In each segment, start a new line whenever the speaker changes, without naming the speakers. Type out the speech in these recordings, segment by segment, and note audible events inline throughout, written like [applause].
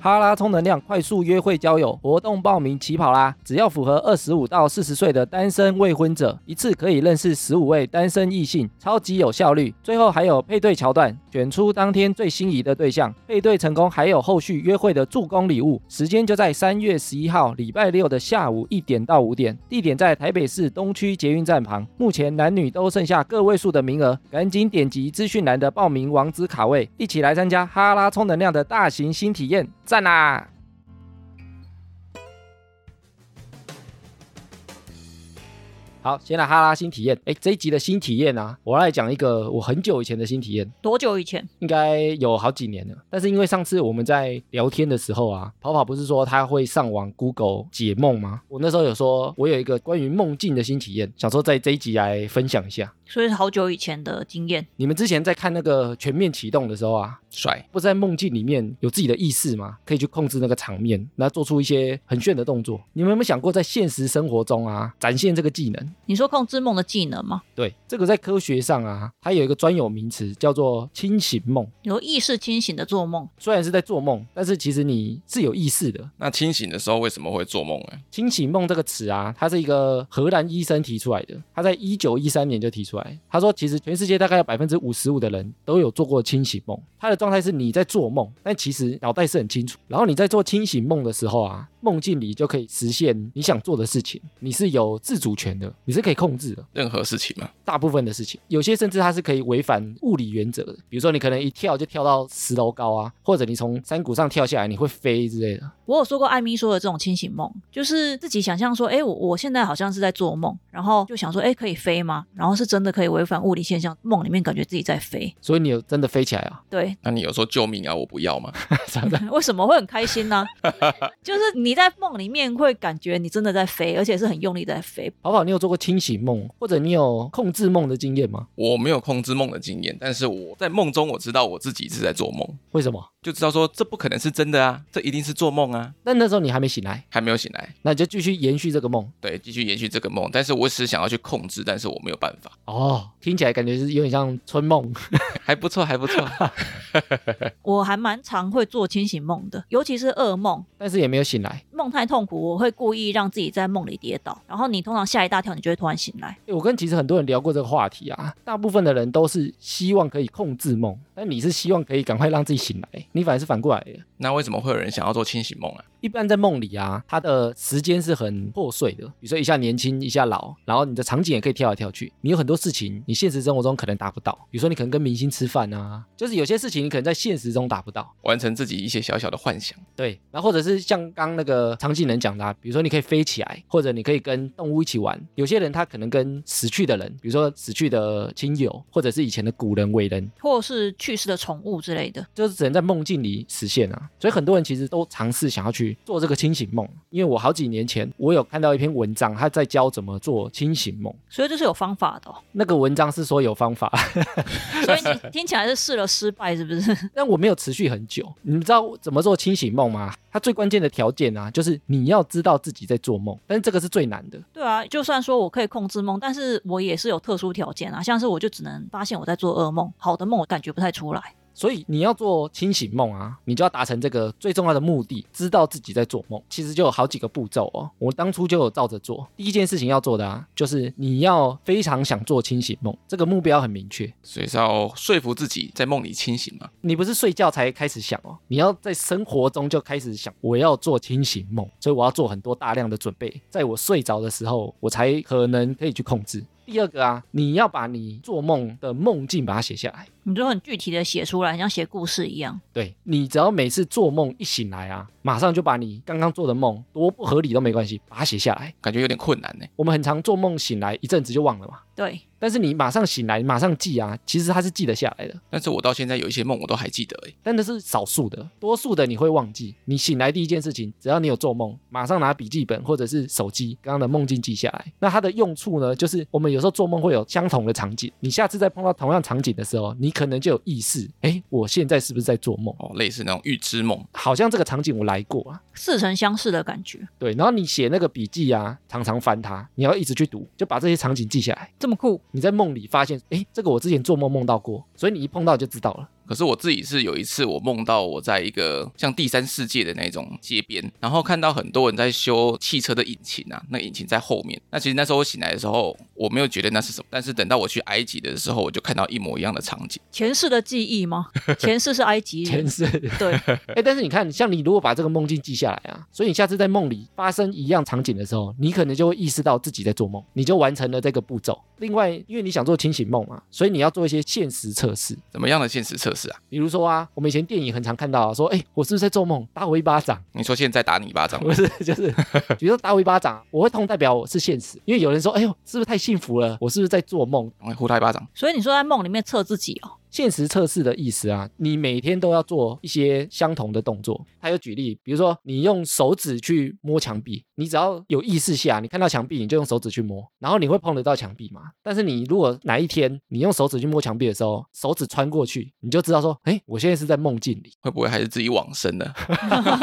哈拉充能量，快速约会交友活动报名起跑啦！只要符合二十五到四十岁的单身未婚者，一次可以认识十五位单身异性，超级有效率。最后还有配对桥段，选出当天最心仪的对象，配对成功还有后续约会的助攻礼物。时间就在三月十一号礼拜六的下午一点到五点，地点在台北市东区捷运站旁。目前男女都剩下个位数的名额，赶紧点击资讯栏的报名网址卡位，一起来参加哈拉充能量的大型新体验，赞啊啦！好，先来哈拉新体验。哎，这一集的新体验啊，我来讲一个我很久以前的新体验。
多久以前？
应该有好几年了。但是因为上次我们在聊天的时候啊，跑跑不是说他会上网 Google 解梦吗？我那时候有说，我有一个关于梦境的新体验，想说在这一集来分享一下。
所以是好久以前的经验。
你们之前在看那个《全面启动》的时候啊，
帅，
不是在梦境里面有自己的意识吗？可以去控制那个场面，然后做出一些很炫的动作。你们有没有想过，在现实生活中啊，展现这个技能？
你说控制梦的技能吗？
对，这个在科学上啊，它有一个专有名词叫做清醒梦。
你说意识清醒的做梦，
虽然是在做梦，但是其实你是有意识的。
那清醒的时候为什么会做梦啊？
清醒梦这个词啊，它是一个荷兰医生提出来的。他在一九一三年就提出来，他说其实全世界大概有百分之五十五的人都有做过清醒梦。他的状态是你在做梦，但其实脑袋是很清楚。然后你在做清醒梦的时候啊，梦境里就可以实现你想做的事情，你是有自主权的，你是可以控制的。
任何事情嘛，
大部分的事情，有些甚至它是可以违反物理原则的，比如说你可能一跳就跳到十楼高啊，或者你从山谷上跳下来，你会飞之类的。 [laughs]
我有说过艾米说的这种清醒梦，就是自己想象说，哎，我我现在好像是在做梦，然后就想说，哎，可以飞吗？然后是真的可以违反物理现象，梦里面感觉自己在飞。
所以你有真的飞起来啊？ [laughs]
对， [coughs]
那你有说救命啊，我不要嘛？
真的？
为什么会很开心呢、就是你在梦里面会感觉你真的在飞，而且是很用力在飞。
跑跑，你有做过清醒梦，或者你有控制梦的经验吗？
[laughs] 我没有控制梦的经验，但是我在梦中我知道我自己是在做梦，
为什么？
就知道说这不可能是真的啊，这一定是做梦啊，
但那时候你还没醒来，
还没有醒来。
那你就继续延续这个梦。
对，继续延续这个梦，但是我只想要去控制，但是我没有办法， [laughs]
哦，听起来感觉是有点像春梦。 [laughs]
还不错，还不错。
我还蛮常会做清醒梦的，尤其是噩梦，
但是也没有醒来。
梦太痛苦，我会故意让自己在梦里跌倒，然后你通常吓一大跳，你就会突然醒来。
诶我跟其实很多人聊过这个话题啊，大部分的人都是希望可以控制梦，但你是希望可以赶快让自己醒来，你反而是反过来的。
那为什么会有人想要做清醒梦啊？
一般在梦里啊，它的时间是很破碎的，比如说一下年轻，一下老，然后你的场景也可以跳来跳去。你有很多事情，你现实生活中可能达不到，比如说你可能跟明星吃饭啊，就是有些事情你可能在现实中达不到，
完成自己一些小小的幻想，
对，然后或者是像刚那个常技能讲的、啊，比如说你可以飞起来，或者你可以跟动物一起玩。有些人他可能跟死去的人，比如说死去的亲友，或者是以前的古人伟人，
或是去世的宠物之类的。
就是只能在梦境里实现啊。所以很多人其实都尝试想要去做这个清醒梦。因为我好几年前我有看到一篇文章，他在教怎么做清醒梦。
所以这是有方法的、哦， [laughs]
那个文章是说有方法， [laughs]
所以你听起来是试了失败，是不是？ [laughs]
但我没有持续很久。你们知道怎么做清醒梦吗？它最关键的条件啊，就是你要知道自己在做梦，但是这个是最难的。
对啊，就算说我可以控制梦，但是我也是有特殊条件啊，像是我就只能发现我在做噩梦，好的梦我感觉不太出来。
所以你要做清醒梦啊，你就要达成这个最重要的目的，知道自己在做梦。其实就有好几个步骤哦，我当初就有照着做。第一件事情要做的啊，就是你要非常想做清醒梦，这个目标很明确。
所以是要说服自己在梦里清醒嘛。
你不是睡觉才开始想哦，你要在生活中就开始想，我要做清醒梦，所以我要做很多大量的准备，在我睡着的时候，我才可能可以去控制。第二个啊，你要把你做梦的梦境把它写下来。
你就很具体的写出来，像写故事一样。
对你只要每次做梦一醒来啊，马上就把你刚刚做的梦多不合理都没关系，把它写下来。
感觉有点困难呢。
我们很常做梦醒来一阵子就忘了嘛，
对，
但是你马上醒来，马上记啊，其实它是记得下来的，
但是我到现在有一些梦我都还记得诶，
但那是少数的，多数的你会忘记。你醒来第一件事情，只要你有做梦，马上拿笔记本或者是手机刚刚的梦境记下来。那它的用处呢，就是我们有时候做梦会有相同的场景，你下次再碰到同样场景的时候，你可能就有意识，哎，我现在是不是在做梦？
哦，类似那种预知梦，
好像这个场景我来过啊，
似曾相识的感觉，
对，然后你写那个笔记啊，常常翻它，你要一直去读，就把这些场景记下来。
这么酷。
你在梦里发现，诶，这个我之前做梦梦到过，所以你一碰到就知道了。
可是我自己是有一次，我梦到我在一个像第三世界的那种街边，然后看到很多人在修汽车的引擎啊，那个引擎在后面。那其实那时候我醒来的时候，我没有觉得那是什么，但是等到我去埃及的时候，我就看到一模一样的场景。
前世的记忆吗？前世是埃及人
前，世，
对，
哎、但是你看，像你如果把这个梦境记下来啊，所以你下次在梦里发生一样场景的时候，你可能就会意识到自己在做梦，你就完成了这个步骤。另外，因为你想做清醒梦嘛，所以你要做一些现实测试，
怎么样的现实测试啊？
比如说啊，我们以前电影很常看到、啊、说，哎、我是不是在做梦？打我一巴掌，
你说现在打你一巴掌吗
[laughs] 不是，就是，比如说打我一巴掌，我会痛，代表我是现实。因为有人说，哎呦，是不是太幸福了？我是不是在做梦？
我会呼他一巴掌。
所以你说在梦里面测自己哦，
现实测试的意思啊，你每天都要做一些相同的动作。他有举例，比如说你用手指去摸墙壁，你只要有意识下，你看到墙壁你就用手指去摸，然后你会碰得到墙壁嘛。但是你如果哪一天你用手指去摸墙壁的时候，手指穿过去，你就知道说，哎，我现在是在梦境里，
会不会还是自己往生呢？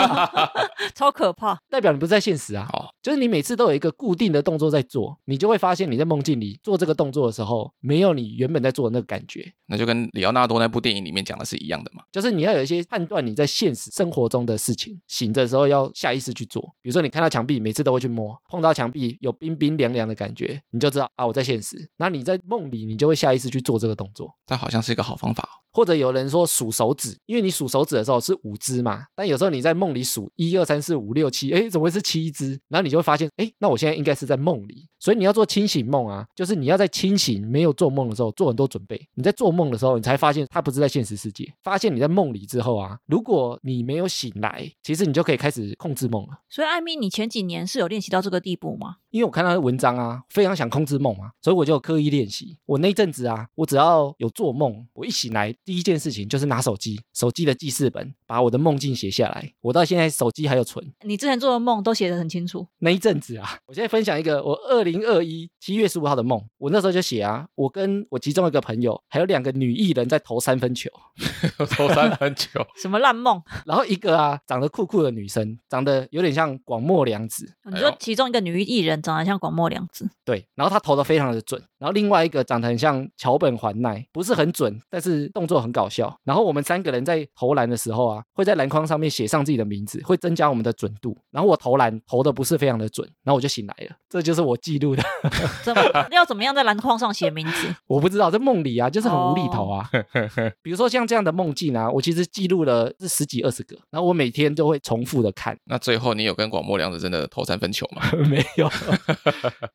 [laughs]
超可怕。
代表你不是在现实啊。
哦，
就是你每次都有一个固定的动作在做，你就会发现你在梦境里做这个动作的时候，没有你原本在做的那个感觉。
那就跟里奥纳多那部电影里面讲的是一样的嘛。 [laughs]
就是你要有一些判断你在现实生活中的事情，醒着的时候要下意识去做。比如说你看到墙壁，每次都会去摸，碰到墙壁有冰冰凉凉的感觉，你就知道啊我在现实。那你在梦里，你就会下意识去做这个动作。
但好像是一个好方法、哦。 [laughs]
或者有人说数手指，因为你数手指的时候是五只嘛，但有时候你在梦里数一二三四五六七，哎，怎么会是七只？然后你就会发现，哎，那我现在应该是在梦里。所以你要做清醒梦啊，就是你要在清醒没有做梦的时候做很多准备。你在做梦的时候，你才发现它不是在现实世界。发现你在梦里之后啊，如果你没有醒来，其实你就可以开始控制梦了。
所以艾米，你前几年是有练习到这个地步吗？
因为我看他的文章啊，非常想控制梦啊，所以我就有刻意练习。我那一阵子啊，我只要有做梦，我一醒来第一件事情就是拿手机，手机的记事本，把我的梦境写下来。我到现在手机还有存。
你之前做的梦都写得很清楚，
那一阵子啊，我现在分享一个我二零二一七月十五号的梦，我那时候就写啊，我跟我其中一个朋友还有两个女艺人在投三分球， [laughs]
投三分球，
什么烂梦？
然后一个啊长得酷酷的女生，长得有点像广末凉子，
你说其中一个女艺人长得像广末凉子，
对，然后他投的非常的准，然后另外一个长得很像桥本环奈，不是很准，但是动作很搞笑。然后我们三个人在投篮的时候啊，会在篮筐上面写上自己的名字，会增加我们的准度。然后我投篮投的不是非常的准，然后我就醒来了，这就是我记录的。 [laughs]
怎么 [laughs] 要怎么样在篮筐上写名字？
我不知道在梦里啊，就是很无厘头啊。比如说像这样的梦境啊，我其实记录了是十几二十个，然后我每天都会重复的看，
那最后你有跟广末凉子真的投三分球吗？ [laughs]
没有，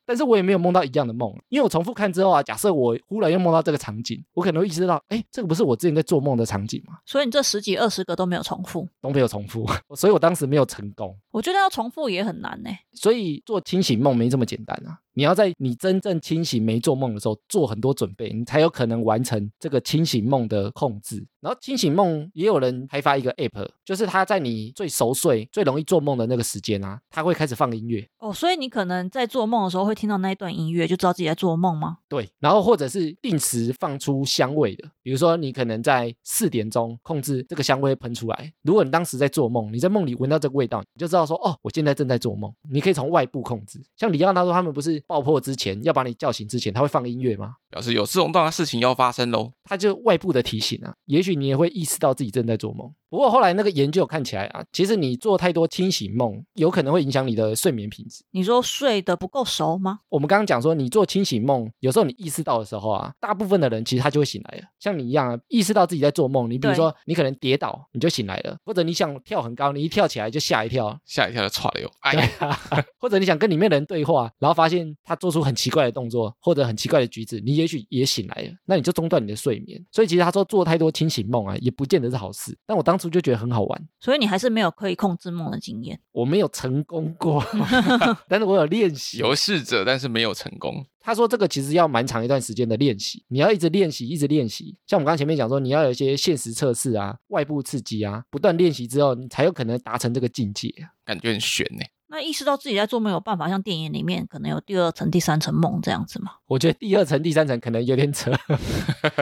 但是我也没有梦到一样的梦，因为我重复看之后啊，假设我忽然又梦到这个场景，我可能会意识到，哎，这个不是我之前在做梦的场景嘛，
所以你这十几二十个都没有重复，
都没有重复， [laughs] 所以我当时没有成功。
我觉得要重复也很难呢、
所以做清醒梦没这么简单啊！你要在你真正清醒没做梦的时候做很多准备，你才有可能完成这个清醒梦的控制。然后清醒梦也有人开发一个 app，就是它在你最熟睡、最容易做梦的那个时间啊，它会开始放音乐。
哦，所以你可能在做梦的时候会听到那一段音乐，就知道自己在做梦吗？
对，然后或者是定时放出香味的，比如说你可能在四点钟控制这个香味喷出来。如果你当时在做梦，你在梦里闻到这个味道，你就知道说哦，我现在正在做梦。你可以从外部控制，像李奥纳多他们不是爆破之前要把你叫醒之前，他会放音乐吗？
表示有这种大的事情要发生喽。
它就外部的提醒啊，也许你也会意识到自己正在做梦。不过后来那个研究看起来啊，其实你做太多清醒梦，有可能会影响你的睡眠品质。
你说睡得不够熟吗？
我们刚刚讲说，你做清醒梦，有时候你意识到的时候啊，大部分的人其实他就会醒来了。像你一样、啊，意识到自己在做梦，你比如
对
说你可能跌倒，你就醒来了，或者你想跳很高，你一跳起来就吓一跳，
吓一跳就歘了哟，哎
对 [laughs]
呀，
啊，或者你想跟里面的人对话，然后发现他做出很奇怪的动作或者很奇怪的举止，你也许也醒来了，那你就中断你的睡眠。所以其实他说做太多清醒梦啊，也不见得是好事。但我当初就觉得很好玩，
所以你还是没有可以控制梦的经验。
我没有成功过， [laughs] 但是我有练习。
有试者但是没有成功，
他说这个其实要蛮长一段时间的练习，你要一直练习，一直练习。像我们刚刚前面讲说，你要有一些现实测试啊、外部刺激啊，不断练习之后，你才有可能达成这个境界。
感觉很悬呢。
那意识到自己在做梦有办法，像电影里面可能有第二层、第三层梦这样子嘛。
我觉得第二层、第三层可能有点扯。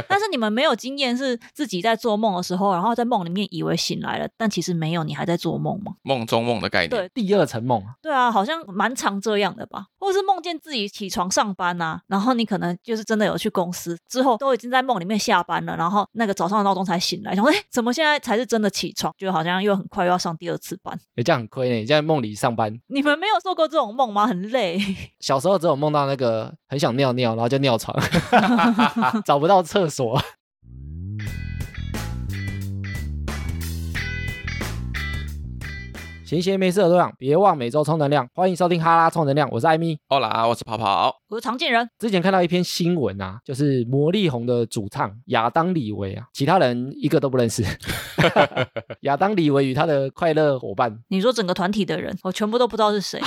但是你们没有经验，是自己在做梦的时候，然后在梦里面以为醒来了，但其实没有，你还在做梦吗？
梦中梦的概念
对。
第二层梦啊，
对啊，好像蛮常这样的吧，或者是梦见自己起床上班呐、然后你可能就是真的有去公司之后，都已经在梦里面下班了，然后那个早上的闹钟才醒来，想说哎，怎么现在才是真的起床？就好像又很快又要上第二次班。
也这样很亏呢。你在梦里上班，
你们没有做过这种梦吗？很累， [laughs]
小时候只有梦到那个很想尿尿，然后就尿床， [laughs] 找不到厕所。 [laughs] 闲闲没事的多养，别忘每周充能量。欢迎收听哈拉充能量，我是艾米。
好啦，我是跑跑。
我是常见人，
之前看到一篇新闻啊，就是魔力红的主唱亚当李维啊，其他人一个都不认识。亚当李维与他的快乐伙伴，
你说整个团体的人，我全部都不知道是谁。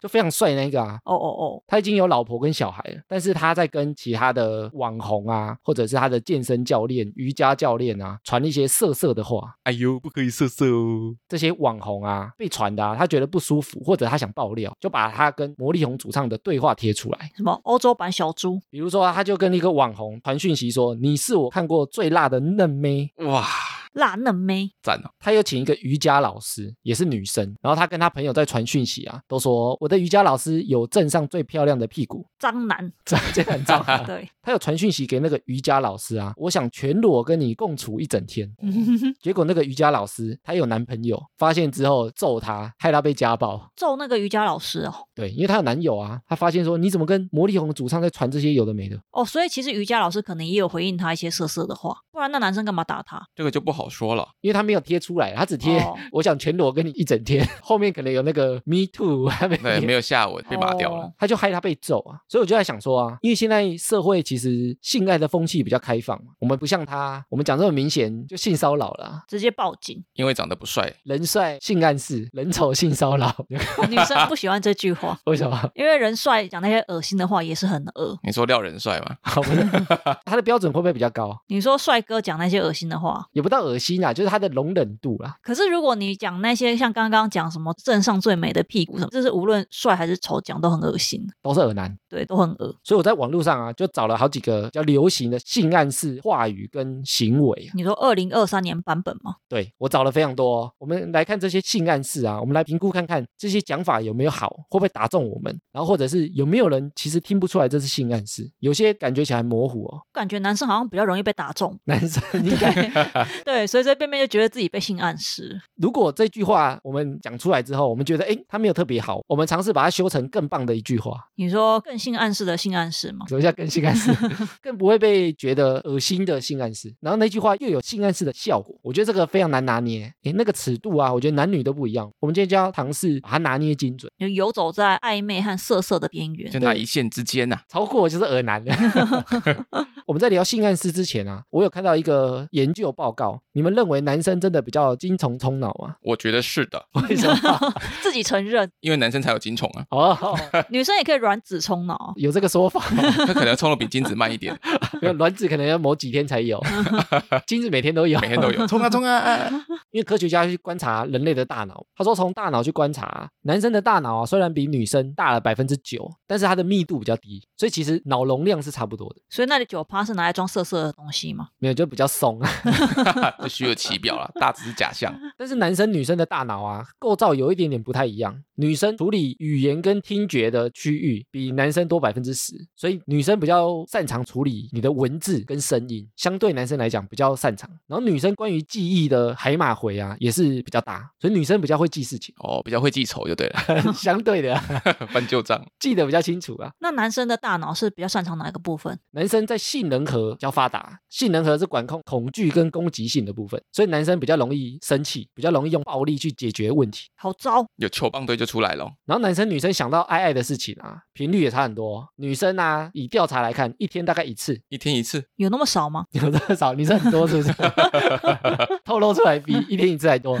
就非常帅那个啊，
哦哦哦，
他已经有老婆跟小孩了，但是他在跟其他的网红啊，或者是他的健身教练、瑜伽教练啊，传一些色色的话。
哎呦，不可以色色哦。
这些网红啊，被传的、啊，他觉得不舒服，或者他想爆料，就把他跟魔力红主唱的对话贴出来。
什么欧洲版小猪？
比如说、啊，他就跟一个网红传讯息说：“你是我看过最辣的嫩妹。
哇，
辣嫩妹，
赞哦！”
他又请一个瑜伽老师，也是女生，然后他跟他朋友在传讯息啊，都说我的瑜伽老师有镇上最漂亮的屁股， [laughs]
张男，
这这很糟
[laughs]
糕。
对，
他有传讯息给那个瑜伽老师啊，我想全裸跟你共处一整天。结果那个瑜伽老师她有男朋友，发现之后揍她，害她被家暴。
[laughs] 揍那个瑜伽老师哦。
对，因为她有男友啊，她发现说你怎么跟魔力红的主唱在传这些有的没的，
哦，所以其实瑜伽老师可能也有回应他一些色色的话，不然那男生干嘛打他？
这个就不好说 [laughs] 了。
因为她没有贴出来，她只贴、
哦
我想全裸跟你一整天，后面可能有那个 me too 还没
对，没
有。
有下文，被骂掉了
哦。。
他就害她被揍啊，所以我就在想说啊，因为现在社会其实性爱的风气比较开放嘛，我们不像他，我们讲这么明显就性骚扰了啊、
直接报警，
因为长得不帅，
人帅性暗示，人丑性骚扰。
哦女生不喜欢这句
[laughs]
话，
为什么？ [laughs]
因为人帅讲那些恶心的话也是很恶。
你说廖人帅吗？
好不是，他的标准会不会比较高？
你说帅哥讲那些恶心的话，
也不到恶心啊，就是他的容忍度啦。
可是如果你讲那些像刚刚讲什么镇上最美的屁股什么，就是无论帅还是丑讲都很恶心，
都是耳男。
对，都很恶。
所以我在网络上啊，就找了好几个比较流行的性暗示话语跟行为啊。
你说二零二三年版本吗？
对我找了非常多哦、我们来看这些性暗示啊，我们来评估看看这些讲法有没有好，会不会打中我们，然后或者是有没有人其实听不出来这是性暗示，有些感觉起来模糊哦。
感觉男生好像比较容易被打
[laughs]
中，
男生应该
对对，随随便便就觉得自己被性暗示。
如果这句话我们讲出来之后，我们觉得诶它没有特别好，我们尝试把它修成更棒的一句话，
你说更性暗示的性暗示吗？
什么叫更性暗示？ [laughs] 更不会被觉得恶心的性暗示。然后那句话又有性暗示的效果，我觉得这个非常难拿捏。诶，那个尺度啊，我觉得男女都不一样。我们今天就要尝试把它拿捏精准，
就游走在暧昧和色色的边缘
就。那一线之间呐、啊
超过就是耳男了。 [laughs] 我们在聊性暗示之前啊，我有看到一个研究报告，你们认为男生真的比较精虫充脑吗？ [laughs]
我觉得是 [laughs] 的，
为什么？ [laughs]
自己承认，
因为男生才有精虫啊，
哦，
女生也可以卵子充脑。
有这个说法。
他可能冲的比精子慢一 [laughs] 点，
[laughs] 没有卵子可能要某几天才
[laughs]
有，精子每天都有，
每天都有，冲啊冲啊！
因为科学家去观察人类的大脑，他说从大脑去观察，男生的大脑啊，虽然比女生大了百分之九，但是它的密度比较低，所以其实脑容量是差不多的，
所以那里九趴是拿来装色色的东西嘛？
没有就比较松。
[laughs] 这虚有其表啦，大只是假象。，
但是男生女生的大脑啊，构造有一点点不太一样，女生处理语言跟听觉的区域比男生多百分之十，所以女生比较擅长处理你的文字跟声音，相对男生来讲比较擅长。然后女生关于记忆的海马回啊，也是比较大，所以女生比较会记事情
哦，比较会记仇就对了， [laughs]
相对的啊、
翻旧账。
记得比较清楚啊。
那男生的大脑是比较擅长哪一个部分？
男生在性能核比较发达，性能核是管控恐惧跟攻击性的部分，所以男生比较容易生气，比较容易用暴力去解决问题。
好糟，
有球棒队就出来了，
然后男生女生想到爱爱的事情啊，频率也差很多。女生啊，以调查来看，一天大概一次，
一天一次，
有那么少吗？
有这么少？女生很多是不 [laughs] 是？透露出来比一天一次还多。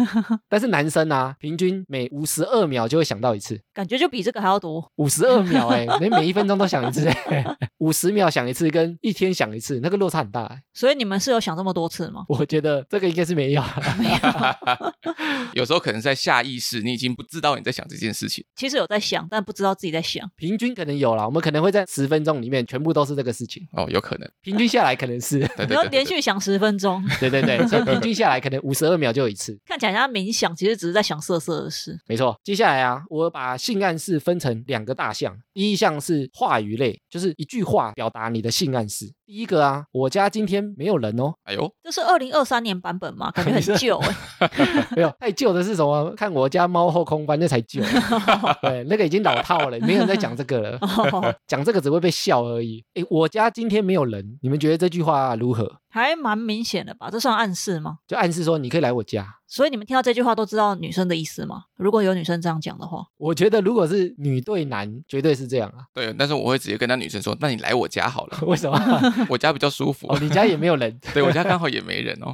但是男生啊，平均每五十二秒就会想到一次。
感觉就比这个还要多。
五十二秒哎、欸，你每一分钟都想一次、欸，五十秒想一次跟一天想一次，那个落差很大、欸。
所以你们是有想这么多次吗？
我觉得这个应该是没有，
没有，
有时候可能在下意识，你已经不知道你在想这件事情。
其实有在想，但不知道自己在想。
平均可能有啦，我们可能会在十分钟里面全部都是这个事情，
哦，有可能，
平均下来可能是， [laughs]
你
对对
要
对对
连续想十分钟，
对对对，所以平均下来可能五十二秒就有一次。
看起来像在冥想，其实只是在想色色的事。
没错，接下来啊，我把性暗示分成两个大项，第一项是话语类，就是一句话表达你的性暗示。第一个啊，我家今天没有人哦， [laughs]
哎呦，
这是二零二三年版本嘛？
[laughs]
感觉
你是
很旧哎、
没有太旧的是什么？看我家猫后空翻那才旧，啊对，那个已经老套了，没有人在讲这个
[laughs]
了，
哦，
讲这个只会被笑而已。诶，我家今天没有人，你们觉得这句话如何？
[laughs] 还蛮明显的吧？这算暗示吗？
就暗示说你可以来我家。
所以你们听到这句话都知道女生的意思吗？如果有女生这样讲的话，
我觉得如果是女对男，绝对是这样啊。 [laughs]
对，但是我会直接跟那女生说，那你来我家好了，
[laughs]
为什么？
我家比较舒服
哦，。你家也没有人，
对我家刚好也没人哦，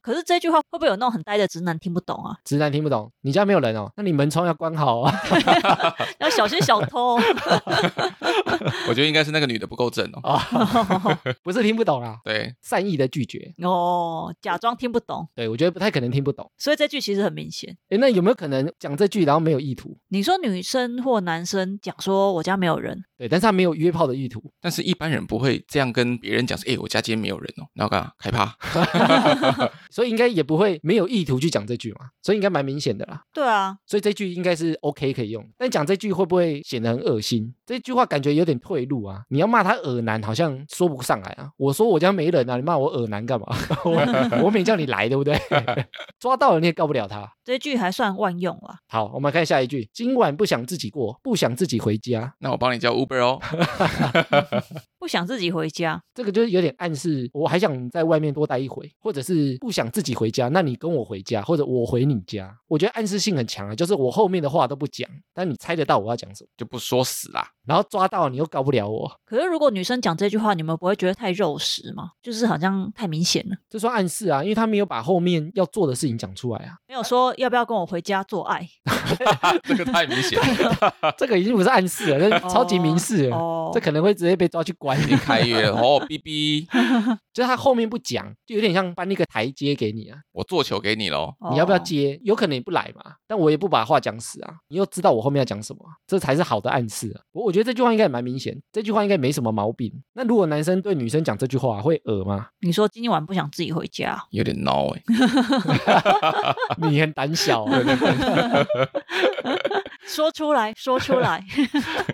可是这句话会不会有那种很呆的直男听不懂啊？
直男听不懂。你家没有人哦，那你门窗要关好啊。
要小心小偷哦。 [laughs]
我觉得应该是那个女的不够正
[laughs]
哦。
哦，不是听不懂啊，
对，
善意的拒绝。
哦，假装听不懂，
对我觉得不太可能听不懂。
所以这句其实很明显。
诶，那有没有可能讲这句然后没有意图？
你说女生或男生讲说我家没有人，
对，但是他没有约炮的意图， [laughs]
但是一般人不会这样跟别人讲说，哎、我家今天没有人哦，然后干嘛开趴？
所以应该也不会没有意图去讲这句嘛，所以应该蛮明显的啦。
对啊，
所以这句应该是 OK 可以用，但讲这句会不会显得很恶心？这句话感觉有点退路啊！你要骂他恶男，好像说不上来啊。我说我家没人啊，你骂我恶男干嘛？ [laughs] 我我没叫你来，对不 [laughs] 对？抓到了你也告不了他。
这句还算万用啦。
好，我们看下一句，今晚不想自己过，不想自己回家，
那我帮你叫 Uber 哦。
不想自己回家，
这个就是有点暗示，我还想在外面多待一会，或者是不想自己回家，那你跟我回家，或者我回你家。我觉得暗示性很强啊，就是我后面的话都不讲，但你猜得到我要讲什么，
就不说死啦。 [laughs]
然后抓到你又告不了我，
可是如果女生讲这句话，你们不会觉得太肉食吗？就是好像太明显了，
这算暗示啊，因为他没有把后面要做的事情讲出来啊，
没有说要不要跟我回家做爱。
这个太明显了，
这个已经不是暗示了，这是超级明示了。
哦，
啊这可能会直接被抓去关， [laughs]
已经开约了哦，B B，
就是他后面不讲，就有点像搬一个台阶给你啊，
我做球给你喽。
哦
你要不要接？有可能你不来嘛，但我也不把话讲死啊。你又知道我后面要讲什么啊，这才是好的暗示啊。我我觉得这句话应该也蛮明显，这句话应该没什么毛病。那如果男生对女生讲这句话会恶吗？ [laughs]
你说今晚不想自己回家，啊
有点孬哎、
你很胆小啊，
说出来，说出来，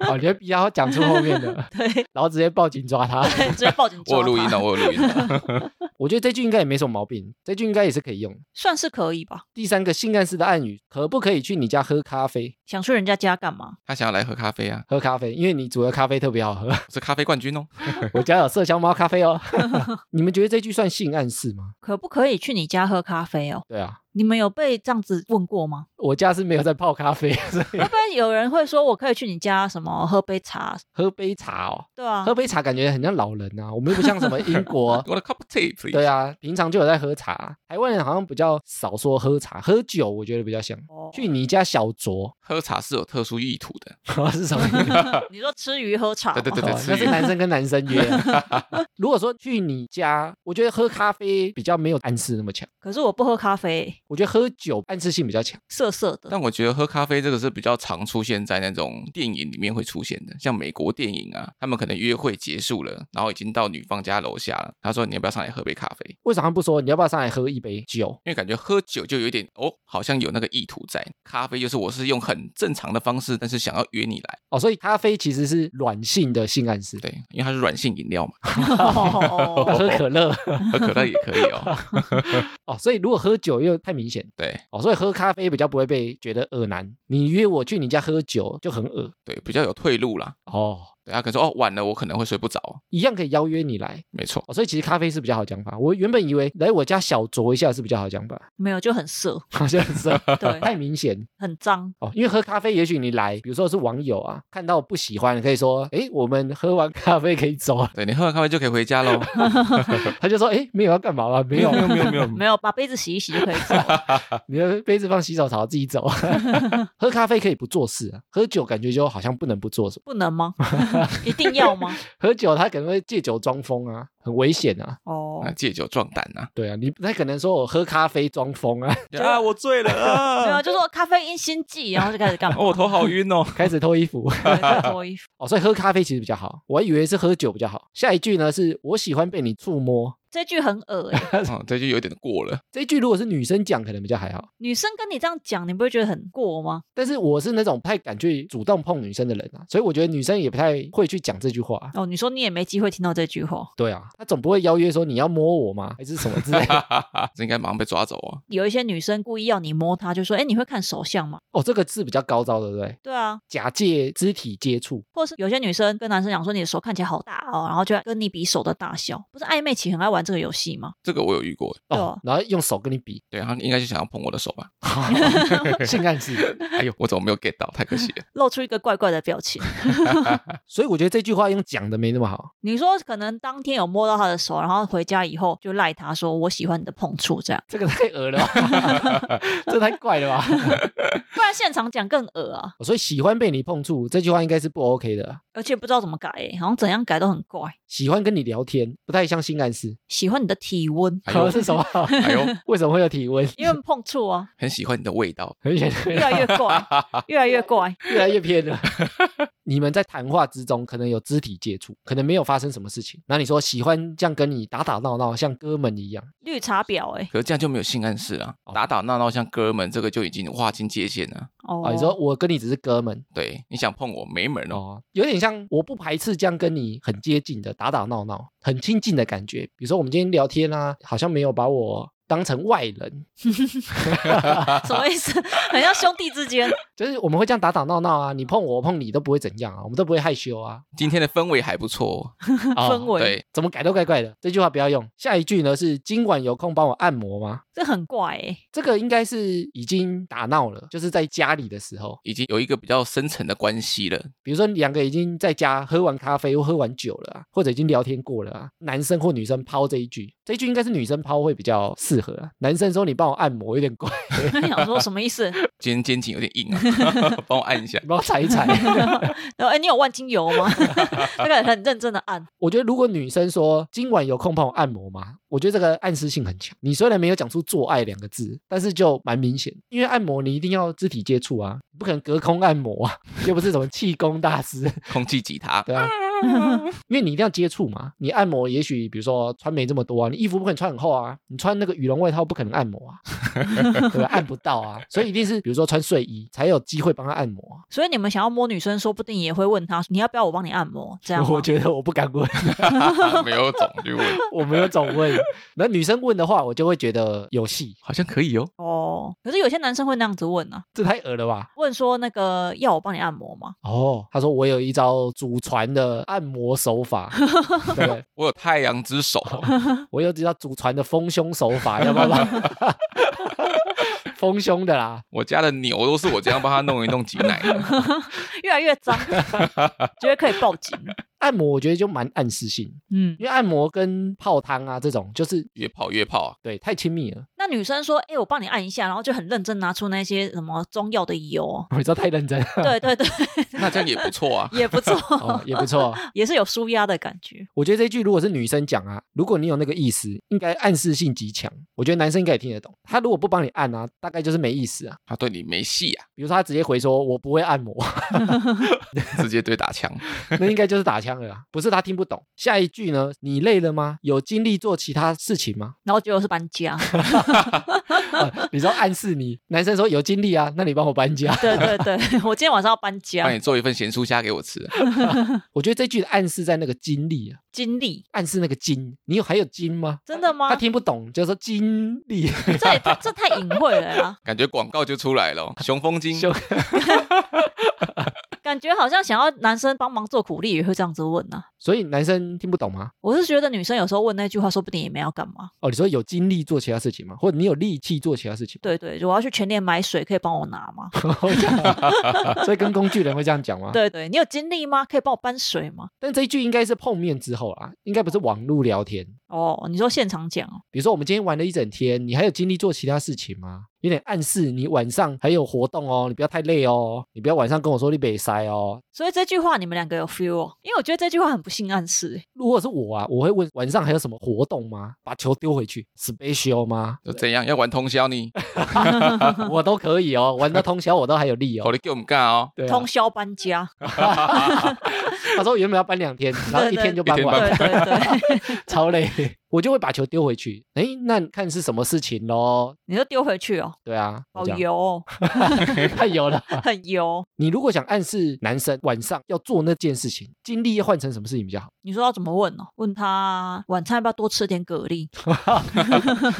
哦，你会逼他讲出后面的，
[laughs] 对，
然后直接报警抓他。 [laughs]
[laughs] 直接报警 [laughs]
我
抓
有录音
他
的，我有录音哦的。
我觉得这句应该也没什么毛病，这句应该也是可以用的。
算是可以吧？
第三个性暗示的暗语，可不可以去你家喝咖啡？
想去人家家干嘛？
[laughs] 他想要来喝咖啡啊，
喝咖啡，因为你煮的咖啡特别好喝。 [laughs]
我是咖啡冠军哦。
我家有麝香猫咖啡哦。 [laughs] 你们觉得这句算性暗示吗？
可不可以去你家喝咖啡哦？
对啊，
你们有被这样子问过吗？
我家是没有在泡咖啡， [laughs] 所以
要不然有人会说我可以去你家什么喝杯茶，
喝杯茶哦。
对啊
喝，杯茶感觉很像老人啊，我们又不像什么英
[laughs]
国。
我的 cup of tea please。
对啊，平常就有在喝茶，台湾人好像比较少说喝茶，喝酒我觉得比较像。
哦
去你家小酌 [laughs]
喝茶是有特殊意图的。
是什么意思？
你说吃鱼喝茶吗，
对对对
哦那是男生跟男生约啊。
[laughs]
如果说去你家，我觉得喝咖啡比较没有暗示那么强，
可是我不喝咖啡，
我觉得喝酒暗示性比较强。
涩涩
[laughs]
的。
但我觉得喝咖啡这个是比较常出现在那种电影里面会出现的，像美国电影啊，他们可能约会结束了，然后已经到女方家楼下了，他说你要不要上来喝杯咖啡？
为什么他不说你要不要上来喝一杯酒？
因为感觉喝酒就有一点哦，好像有那个意图在。咖啡就是我是用很正常的方式，但是想要约你来，
哦，所以咖啡其实是软性的性暗示，
对，因为它是软性饮料嘛，
哦
喝可乐 [laughs]
喝可乐也可以 [laughs] 哦。
哦，所以如果喝酒又太明显
对
哦，所以喝咖啡比较不会被觉得恶男。你约我去你家喝酒就很恶
对，比较有退路啦。
哦，
对，他可能说哦晚了，我可能会睡不着。
一样可以邀约你来
没错，
哦，所以其实咖啡是比较好讲法。我原本以为来我家小酌一下是比较好讲法，
没有就很
[laughs]
涩，
好像是啊 [laughs]
对，
太明显
很脏。
哦。因为喝咖啡，也许你来，比如说是网友啊，看到不喜欢，可以说诶，我们喝完咖啡可以走了。
对你喝完咖啡就可以回家喽。
他就说诶，没有要干嘛吗？没有，
[laughs] 没 [laughs] 有没有
没有，把杯子洗一洗就可以走了。
你的杯子放洗手槽自己走。啊 [laughs] 喝咖啡可以不做事啊，喝酒感觉就好像不能不做什么。
不能吗？一定要吗？
喝酒他可能会借酒装疯啊，很危险啊。
哦
啊，，借酒壮胆啊！
对啊，你不太可能说我喝咖啡装疯啊， [laughs]
啊，我醉了
没有，
啊！
就说咖啡因心悸，然后就开始干嘛？
[laughs] 哦，我头好晕哦。
开始脱衣服
对就脱衣服。
哦，所以喝咖啡其实比较好，我还以为是喝酒比较好。下一句呢是我喜欢被你触摸，
这句很恶欸
哦，这就有点过了。
这一句如果是女生讲可能比较还好，
女生跟你这样讲，你不会觉得很过吗？
但是我是那种不太敢去主动碰女生的人啊，所以我觉得女生也不太会去讲这句话啊。
哦，你说你也没机会听到这句话。
对啊，她总不会邀约说你要摸我吗，还是什么之类的。 [laughs]
这应该马上被抓走啊！
有一些女生故意要你摸她，就说：“哎，你会看手相吗
哦，这个字比较高招，对不对？”？
对啊，
假借肢体接触，
或是有些女生跟男生讲说：“你的手看起来好大哦。”然后就跟你比手的大小。不是暧昧期很爱玩这个游戏吗？
这个我有遇过，
对
哦
啊，
然后用手跟你比， [laughs]
对，他应该就想要碰我的手 [laughs] 吧？
性暗示。
哎呦，我怎么没有 get 到？太可惜了。
露出一个怪怪的表情。 [laughs]
所以我觉得这句话用讲的没那么好。
你说可能当天有摸到她的手，然后回家以后就赖她说：“我喜欢你的碰触。”这样，
这个太恶了吧， [laughs] 这太怪了吧？ [laughs]
不然现场讲更恶啊。
所以喜欢被你碰触这句话应该是不 OK 的啊。
而且不知道怎么改、欸，好像怎样改都很怪。
喜欢跟你聊天，不太像性暗示。
喜欢你的体温，
哎
[laughs]
呦
是什么？
哎呦，
为什么会有体温？ [laughs]
因为碰触啊，
很喜欢你的味道。
很显
越
[laughs]
来越怪，越来越怪。
越来越偏了。 [laughs] 你们在谈话之中可能有肢体接触，可能没有发生什么事情。那你说喜欢这样跟你打打闹闹，像哥们一样，
绿茶婊哎、
可是这样就没有性暗示了，
哦
打打闹闹像哥们，这个就已经划清界限了。
哦
啊，你说我跟你只是哥们
对，你想碰我没门哦。
哦，有点像我不排斥这样跟你很接近的打打闹闹，很亲近的感觉。比如说我们今天聊天啊，好像没有把我当成外人，
什么意思？很像兄弟之间，
就是我们会这样打打闹闹啊，你碰我，我碰你都不会怎样啊，我们都不会害羞
[laughs]
啊。
今天的氛围还不错哦，
氛围
对，
怎么改都怪怪的，这句话不要用。下一句呢是今晚有空帮我按摩吗？
这很怪 [laughs] 哎、
这个应该是已经打闹了，就是在家里的时候，
已经有一个比较深层的关系了。
比如说两个已经在家喝完咖啡或喝完酒了啊、或者已经聊天过了啊，男生或女生抛这一句，这一句应该是女生抛会比较适合啊。男生说你帮我按摩有点怪， [laughs]
那想说什么意思？ [laughs]
今天肩颈有点硬啊， [laughs] 帮我按一下
你。帮我踩一踩。
[laughs] 然后哎，你有万金油吗？ [laughs] 那个很认真的按，
我觉得如果女生说今晚有空帮我按摩吗？我觉得这个暗示性很强。你虽然没有讲出做爱两个字，但是就蛮明显，因为按摩你一定要肢体接触啊，不可能隔空按摩啊，又不是什么气功大师，
空气吉他，
对啊， [laughs] 因为你一定要接触嘛。你按摩也许比如说穿没这么多啊，你衣服不可能穿很厚啊，你穿那个羽绒外套不可能按摩啊， [laughs] 对吧？按不到啊，所以一定是比如说穿睡衣才有机会帮她按摩啊。
所以你们想要摸女生，说不定也会问她，你要不要我帮你按摩？这样吗
我觉得我不敢问。
[laughs]
[laughs]
没有总就问，
我没有总问，那女生问的话，我就会觉得有戏，
好像可以哦。
哦，可是有些男生会那样子问啊，
这太恶了吧？
问说那个要我帮你按摩吗？
哦，他说我有一招祖传的按摩手法，对不对？
我有太阳之手哦，
我有一招祖传的丰胸手法，要不要帮？ [laughs] 丰胸的啦，
我家的牛都是我这样帮他弄一弄挤奶的。
越来越
[laughs]
脏，觉得可以报警。
按摩我觉得就蛮暗示性，
嗯，
因为按摩跟泡汤啊这种就是
越泡越泡啊，
对太亲密了， [laughs]
那女生说：“哎、我帮你按一下。”然后就很认真拿出那些什么中药的
[laughs]。
油
我知道太认真了，
对对 [laughs] 对，
那这样也不错啊。
也不错， [laughs]
哦也不错。
也是有舒压的感觉。
我觉得这句如果是女生讲啊，如果你有那个意思，应该暗示性极强。我觉得男生应该也听得懂。他如果不帮你按啊，大概就是没意思啊。
他对你没戏啊，
比如说他直接回说“我不会按摩
直接对打枪。”，
那应该就是打枪了啊，不是他听不懂。下一句呢？你累了吗？有精力做其他事情吗？
然后结果是搬家， [laughs]
啊你知道暗示你，男生说有精力啊，那你帮我搬家。
对对 [laughs] 对，我今天晚上要搬
帮
家
哎
你，做一份咸酥虾给我吃啊，
我觉得这句的暗示在那个精力啊，
经历
暗示那个精，你有还有精吗？
真的
他
吗？
听不懂，就说精力
这也太这太隐晦了啦，
感觉广告就出来了哦。雄风精，
就
感觉好像想要男生帮忙做苦力也会这样子问啊。
[laughs] 所以男生听不懂吗？
我是觉得女生有时候问那句话，说不定也没要干嘛。
哦，你说有精力做其他事情吗？或者你有力气做其他事情吗？
对对，我要去全店买水，可以帮我拿
[laughs]
吗？
所以跟工具人会这样讲吗？。
对对，你有精力吗？可以帮我搬水吗？
但这一句应该是碰面之后啊，应该不是网络聊天。
哦，你说现场讲哦，
比如说我们今天玩了一整天，你还有精力做其他事情吗？有点暗示你晚上还有活动哦，你不要太累哦，你不要晚上跟我说你北塞哦。
所以这句话你们两个有 feel 哦，因为我觉得这句话很不幸暗示欸，
如果是我啊，我会问晚上还有什么活动吗？把球丢回去，special 吗？
[laughs]
就这样要玩通宵呢，
我都可以哦，玩到通宵我都还有力
好
哦。
你给我们干哦，
对、啊
通，宵搬家，
[laughs] 他说原本要搬两 [laughs] 天，然后一天就搬
对
完，
对对对，
[laughs]
[laughs]
超累。我就会把球丢回去，诶，那看是什么事情咯。
你就丢回去哦，
对啊，
好
就这样，
油哦，
[laughs] 太油了。
很油。
你如果想暗示男生晚上要做那件事情，精力要换成什么事情比较好？ [laughs]
你说要怎么问哦？问他晚餐要不要多吃点蛤蜊？ [laughs]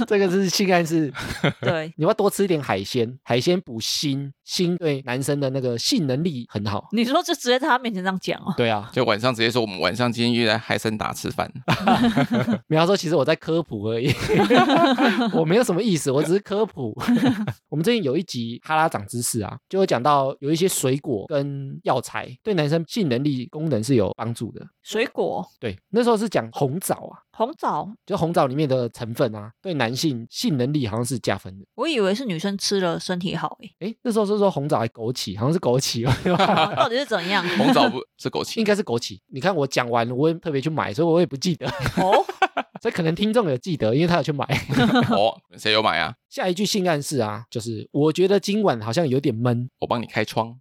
这个是性暗示，
对，
你要多吃一点海鲜，海鲜补锌，锌对男生的那个性能力很好。
你说就直接在他面前这样讲哦。
对啊，
就晚上直接说我们晚上今天约在海参达吃饭，
没有他说其实我在科普而已， [laughs] 我没有什么意思，我只是科普。 [laughs] 我们最近有一集哈拉长知识啊，就有讲到有一些水果跟药材对男生性能力功能是有帮助的。
水果、
对，那时候是讲红枣啊，
红枣，
就红枣里面的成分啊，对男性性能力好像是加分的。
我以为是女生吃了身体好欸诶，
诶，那时候是说红枣还枸杞，好像是枸杞吧。
啊到底是怎样？
[laughs] 红枣不是枸
[laughs]
杞
应，该是枸杞。你看我讲完，我也特别去买，所以我也不记得， [laughs]
哦，
所以可能听众有记得，因为他有去买。 [laughs]
哦，谁有买啊？
下一句性暗示啊，就是我觉得今晚好像有点闷，
我帮你开窗，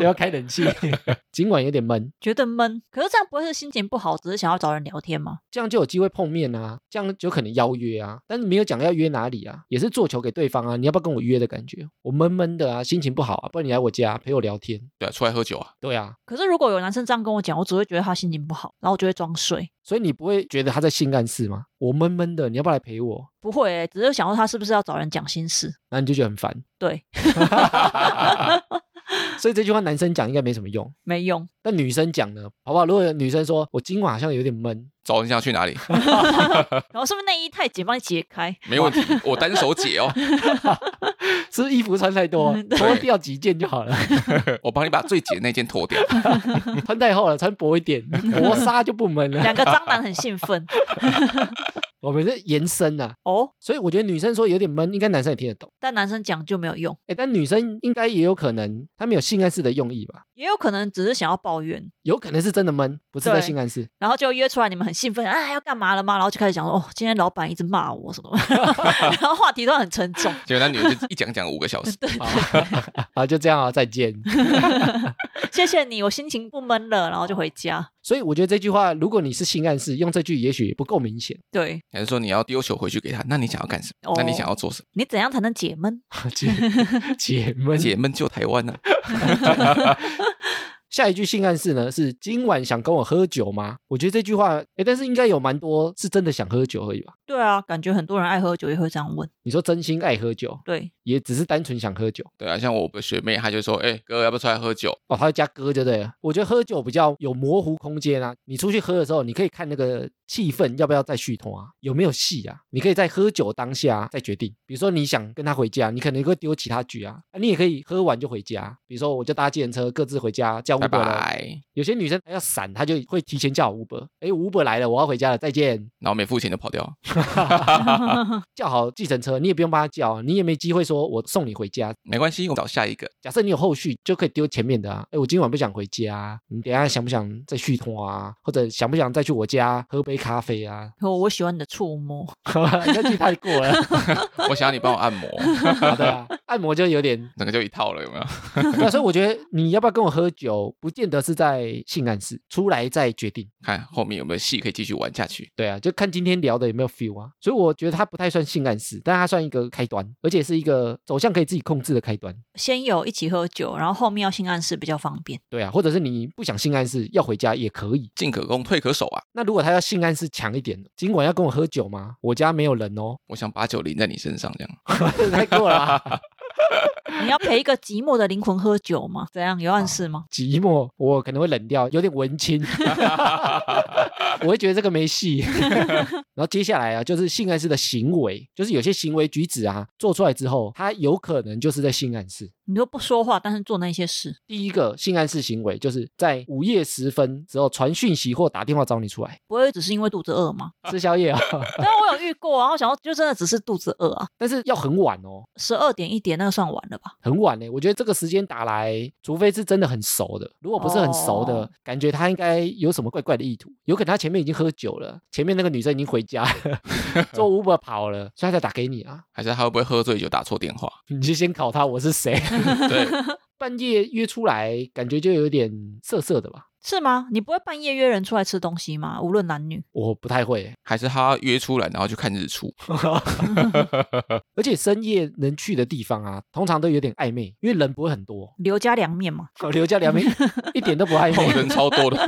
要开冷气， [laughs] 今晚有点闷，
觉得闷。可是这样不会是心情不好，只是想要找人聊天吗？
这样就有机会碰面啊，这样就可能邀约啊，但是没有讲要约哪里啊，也是做球给对方啊，你要不要跟我约的感觉？我闷闷的啊，心情不好啊，不然你来我家陪我聊天。
对啊，出来喝酒啊，
对啊，
可是如果有男生这样跟我讲，我只会觉得他心情不好，然后我就会装睡。
所以你不会觉得他在性暗示吗？我闷闷的，你要不要来陪我？
不会欸，只是想说他是不是要找人讲心事？
然后你就觉得很烦，
对，
所以这句话男生讲应该没什么用。
没用。
但女生讲呢，好不好？如果女生说我今晚好像有点闷，
找人想去哪里？
然后是不是内衣太紧，帮你解开？
没问题，我单手解哦，
是不是衣服穿太多，
嗯对
脱掉几件就
[laughs]
好了，
我帮你把最解的那件脱掉，
穿太厚了，穿薄一点，薄纱就不闷
[laughs]
了。
两
[laughs]
个渣男很兴奋
我们是延伸啊，
哦，
所以我觉得女生说有点闷，应该男生也听得懂。
但男生讲就没有用，
哎，但女生应该也有可能，她们有性暗示的用意吧？
也有可能只是想要抱怨。
有可能是真的闷，不是在
对
性暗示。 [laughs]
然后就约出来，你们很兴奋啊，要干嘛了吗？然后就开始讲说，哦，今天老板一直骂我什么，然后话题都很沉重。
结果那女的就一讲讲五个小时，
好，好，就这样啊，再见。 [laughs]
谢谢你，我心情不闷了，然后就回家。
所以我觉得这句话，如果你是性暗示，用这句也许也不够明显。
对
还是说你要丢球回去给他？那你想要干什么？
哦
那你想要做什么？
你怎样才能解闷？
解解闷，
解闷救台湾呢、啊
下一句性暗示呢是今晚想跟我喝酒吗？我觉得这句话，哎，但是应该有蛮多是真的想喝酒而已吧。
对啊，感觉很多人爱喝酒也会这样问。
你说真心爱喝酒，
对，
也只是单纯想喝酒
对啊，像我个学妹，她就说：“哎、哥，要不要出来喝酒
哦，他会加歌就对了。我觉得喝酒比较有模糊空间啊，你出去喝的时候，你可以看那个气氛要不要再续通啊，有没有戏啊？你可以在喝酒当下再决定。比如说你想跟他回家，你可能会丢其他局啊，啊你也可以喝完就回家。比如说我就搭计程车各自回家，叫？”
拜
Uber 了。
拜。
有些女生她要闪，她就会提前叫 Uber，哎，Uber 来了，我要回家了，再见。
然后没付钱就跑掉，
叫好计程车，你也不用帮他叫，啊你也没机会说我送你回家。
没关系，我找下一个。
假设你有后续，就可以丢前面的啊。哎，我今晚不想回家啊，你等一下想不想再续通啊？或者想不想再去我家喝杯咖啡啊？
我我喜欢你的触摸，
[laughs] 那句太过 [laughs] 了，
我想要你帮我按摩， [laughs]
好的啊。按摩就有点，
整个就一套了，有没有？
对啊所以我觉得你要不要跟我喝酒，不见得是在性暗示，出来再决定。
看后面有没有戏可以继续玩下去。
对啊，就看今天聊的有没有 feel 啊。所以我觉得它不太算性暗示，但它算一个开端，而且是一个走向可以自己控制的开端。
先有一起喝酒，然后后面要性暗示比较方便。
对啊，或者是你不想性暗示，要回家也可以。
进可攻，退可守啊！
那如果他要性暗示强一点的，今晚要跟我喝酒吗？我家没有人哦，
我想把酒淋在你身上，这样
太过了啊、
你要陪一个寂寞的灵魂喝酒吗？怎样？有暗示吗？
[laughs] 寂寞，我可能会冷掉，有点文青，我会觉得这个没戏。 [laughs] 然后接下来啊，就是性暗示的行为，就是有些行为举止啊，做出来之后，他有可能就是在性暗示。
你说不说话，但是做那些事，
第一个性暗示行为就是在午夜时分之后传讯息或打电话找你出来
不会只是因为肚子饿吗？ [laughs]
吃宵夜啊， [laughs]
但我有遇过啊，我想说就真的只是肚子饿啊，
但是要很晚哦，
十二点一点那个算晚了吧？
很晚呢。我觉得这个时间打来，除非是真的很熟的，如果不是很熟的，
哦
感觉他应该有什么怪怪的意图，有可能他前面已经喝酒了，前面那个女生已经回家了， [laughs] 坐 Uber 跑了，所以他才打给你啊。 [laughs]
还是他会不会喝醉酒打错电话？ [laughs]
你就先考他我是谁，
对，
半夜约出来，感觉就有点涩涩的吧。
是吗？你不会半夜约人出来吃东西吗？无论男女，
我不太会欸，
还是他约出来然后去看日出？ [laughs]
而且深夜能去的地方啊，通常都有点暧昧，因为人不会很多。
刘家凉
[laughs]
面嘛，
哦刘家良民一点都不暧
哦，
昧。
人超多的，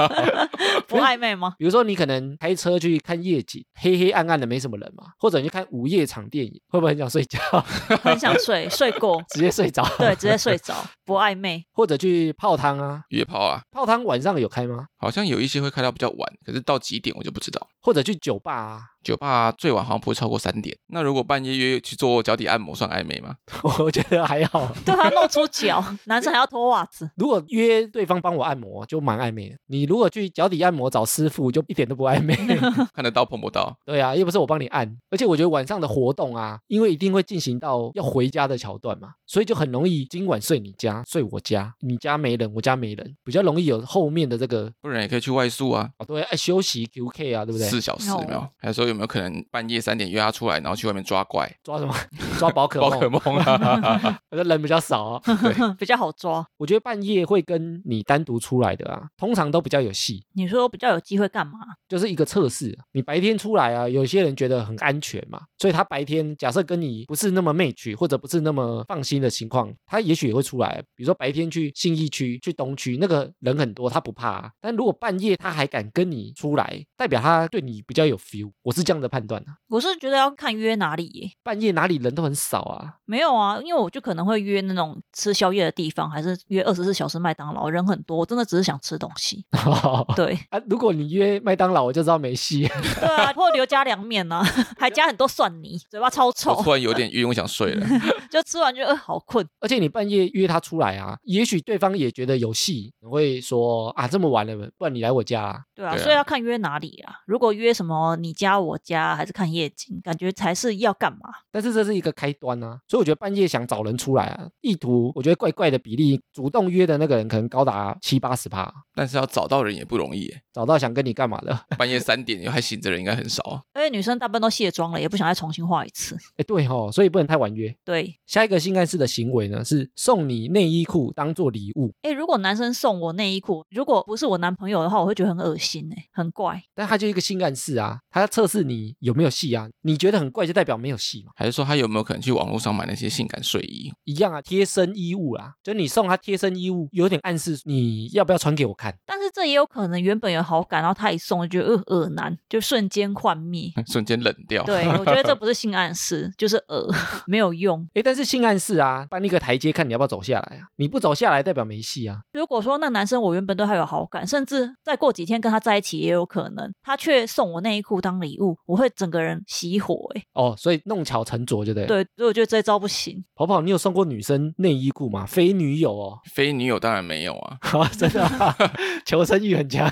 [laughs]
不暧昧吗？
比如说，你可能开车去看夜景，黑黑暗暗的，没什么人嘛，或者你去看午夜场电影，会不会很想睡觉， [laughs]
很想睡，睡过，
直接睡着？
对，直接睡着，
[laughs]
不暧昧。
或者去泡汤啊，
约炮啊，
泡汤晚上有开吗？
好像有一些会开到比较晚，可是到几点我就不知道。
或者去酒吧啊？ [laughs]
酒吧最晚好像不会超过三点。那如果半夜约去做脚底按摩，算暧昧吗？
我觉得还好。
对啊，露出脚，男生还要脱袜子，
如果约对方帮我按摩，就蛮暧昧的。你如果去脚底按摩找师傅，就一点都不暧昧。嗯
看得到碰不到，
对啊，又不是我帮你按，而且我觉得晚上的活动啊，因为一定会进行到要回家的桥段嘛，所以就很容易今晚睡你家，睡我家，你家没人，我家没人，比较容易有后面的这个
不然也可以去外宿啊，
哦，对，哎，休息 QK 啊，对不对？
四小时有没有
哦？
还有说有没有可能半夜三点约他出来，然后去外面抓
[laughs]
怪、
抓什么？抓宝可
宝
梦，
可梦
[laughs]
啊？
可是人比较少、
[laughs]
啊。
比较好抓。
[laughs] 我觉得半夜会跟你单独出来的啊，通常都比较有戏。
你说比较有机会干嘛？
就是一个测试。你白天出来啊，有些人觉得很安全嘛，所以他白天假设跟你不是那么 match 或者不是那么放心的情况，他也许也会出来。啊比如说白天去信义区、去东区，那个人很多，他不怕、啊。但如果半夜他还敢跟你出来，代表他对你比较有 feel。我是这样的判断啊。
我是觉得要看约哪里耶。
半夜哪里人都很少
[laughs]
啊，
没有啊，因为我就可能会约那种吃宵夜的地方，还是约二十四小时麦当劳，人很多，我真的只是想吃东西。对
啊，如果你约麦当劳，我就知道没戏。 [laughs]
对啊，或刘家凉面啊， [laughs] 还加很多蒜泥，嘴巴超
我
臭，
突然有点晕，我想睡
[laughs]
了。
就吃完就呃好困。
而且你半夜约他出来啊，也许对方也觉得有戏，会说啊这么晚了，不然你来我家、啊。
对啊，
对啊
所以要看约哪里啊。如果约什么你家我家，还是看夜景，感觉才是要干嘛？
但是这是一个开端啊，所以我觉得半夜想找人出来啊，意图我觉得怪怪的比例，主动约的那个人可能高达七八十趴，
但是要找到人也不容易耶，
找到想跟你干嘛的， [laughs]
半夜三点还醒着人应该很少啊。
而且女生大部分都卸妆了，也不想再重新化一次。 [laughs]
哎对哦，所以不能太晚约。
对，
下一个性暗示的行为呢，是送你内衣裤当做礼物，
哎，如果男生送我内衣裤，如果不是我男朋友的话，我会觉得很恶心哎、很怪。
但它就一个性暗示啊，它要测试你有没有戏啊，你觉得很怪就代表没有戏嘛，
还是说他有没有可能去网络上买那些性感睡衣？ [laughs]
一样啊，贴身衣物啊，就你送他贴身衣物，有点暗示你要不要穿给我看，
但是这也有可能原本有好感，然后他一送就觉得呃恶男，就瞬间幻灭。
瞬间冷掉。
对，我觉得这不是性暗示，就是恶， [laughs] 没有用。
哎，但是性暗示啊，搬一个台阶看你要不要走下来啊，你不走下来代表没戏啊，
如果说那男生我原本对他有好感，甚至再过几天跟他在一起也有可能，他却送我内衣裤当礼物，我会整个人熄火、欸。
哦，所以弄巧成拙就对了。
对，所以我觉得这招不行。
跑跑，你有送过女生内衣裤吗？非女友哦，
[laughs]
[laughs]
非女友当然没有啊，
啊、真的、
[laughs]
啊，求生欲很强。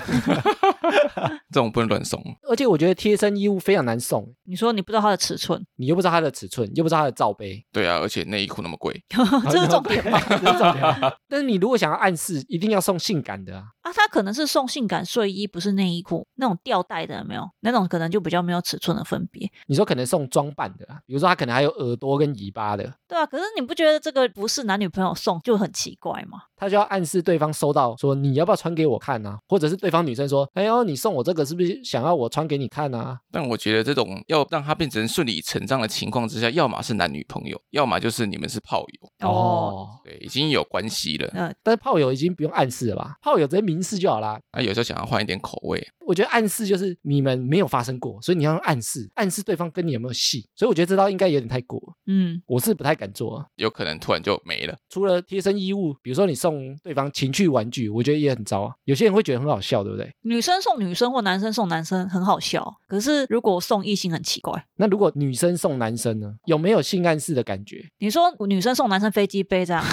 这种不能乱送。
而且我觉得贴身衣物非常难送，
你说你不知道他的尺寸，
你又不知道它的尺寸，又不知道它的罩杯，
对啊，而且内衣裤那么贵，
[laughs] 这是重点吧？
[laughs] 这是重点。啊但是你如果想要暗示，一定要送性感的啊。
啊，他可能是送性感睡衣，不是内衣裤，那种吊带的有没有？那种可能就比较没有尺寸的分别。
你说可能送装扮的啊，比如说它可能还有耳朵跟尾巴的，
对啊，可是你不觉得这个不是男女朋友送就很奇怪吗？
它就要暗示对方收到说你要不要穿给我看啊，或者是对方女生说，哎呦要你送我这个，是不是想要我穿给你看啊？
但我觉得这种要让它变成顺理成章的情况之下，要么是男女朋友，要么就是你们是炮友，
哦，，
对，已经有关系了。
嗯，
但是炮友已经不用暗示了吧？炮友直接明示就好啦。
啊，有时候想要换一点口味，
我觉得暗示就是你们没有发生过，所以你要用暗示，暗示对方跟你有没有戏。所以我觉得这招应该有点太过，
嗯，
我是不太敢做、啊。
有可能突然就没了。 [laughs]
除了贴身衣物，比如说你送对方情趣玩具，我觉得也很糟啊。有些人会觉得很好笑，对不对？
女生送女生或男生送男生很好笑，可是如果送异性很奇怪。
那如果女生送男生呢，有没有性暗示的感觉？
你说女生送男生飞机杯这样，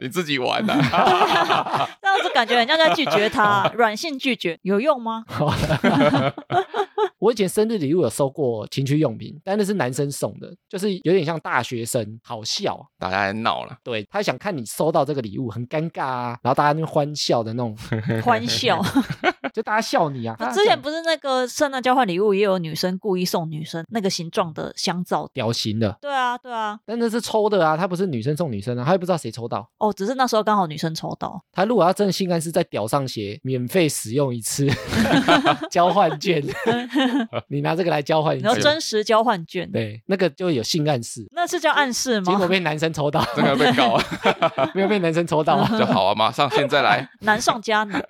你自己玩 [laughs] 啊。
这样子感觉人家在拒
[laughs]
绝他，软性拒绝有用吗？
[laughs] 我以前生日礼物有收过情趣用品，但那是男生送的，就是有点像大学生，好笑啊。
大家在闹了，
对他想看你收到这个礼物很尴尬啊，然后大家那边欢笑的那种， [laughs]
欢笑。
就大家笑
[laughs]
你啊。
之前不是那个圣诞交换礼物也有女生故意送女生那个形状的香皂？
屌型的，
对啊，对啊，
但那是抽的啊，他不是女生送女生啊，他也不知道谁抽到。
哦，只是那时候刚好女生抽
[laughs]
到，
他如果要真的性暗示，在屌上写免费使用一次 [laughs] 交换券，你拿这个来交换一
然后
次，
真实交换券，
对，那个就有性暗示。
那是叫暗示
结果
吗？
被男生抽到，
这个 [laughs] 被告
[laughs]
啊
没有被男生抽到啊，
就好啊，马上现在来。
[laughs] 难上加难，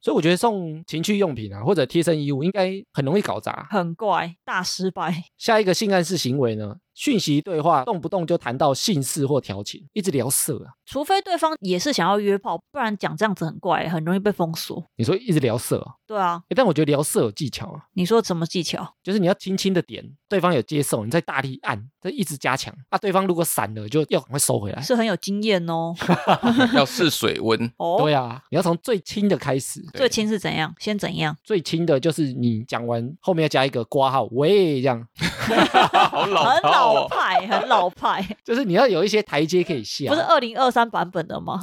所以我觉得送情趣用品啊，或者贴身衣物，应该很容易搞砸。
很怪，大失败。
下一个性暗示行为呢？讯息对话动不动就谈到性事或调情，一直聊色啊。
除非对方也是想要约炮，不然讲这样子很怪，很容易被封锁。
你说一直聊色、啊，
对啊，
诶但我觉得聊色有技巧啊，
你说什么技巧？
就是你要轻轻的点，对方有接受，你再大力按，再一直加强啊。对方如果闪了，就要赶快收回来。
是很有经验
[laughs]
哦。
要试水温，
哦，
对啊，你要从最轻的开始，
对
最亲是怎样？先怎样？
最轻的就是你讲完后面要加一个挂号喂，这样
[laughs] 好老
很
套
老
哦。
派，很老派，
[laughs] 就是你要有一些台阶可以下
不是，二零二三版本的吗？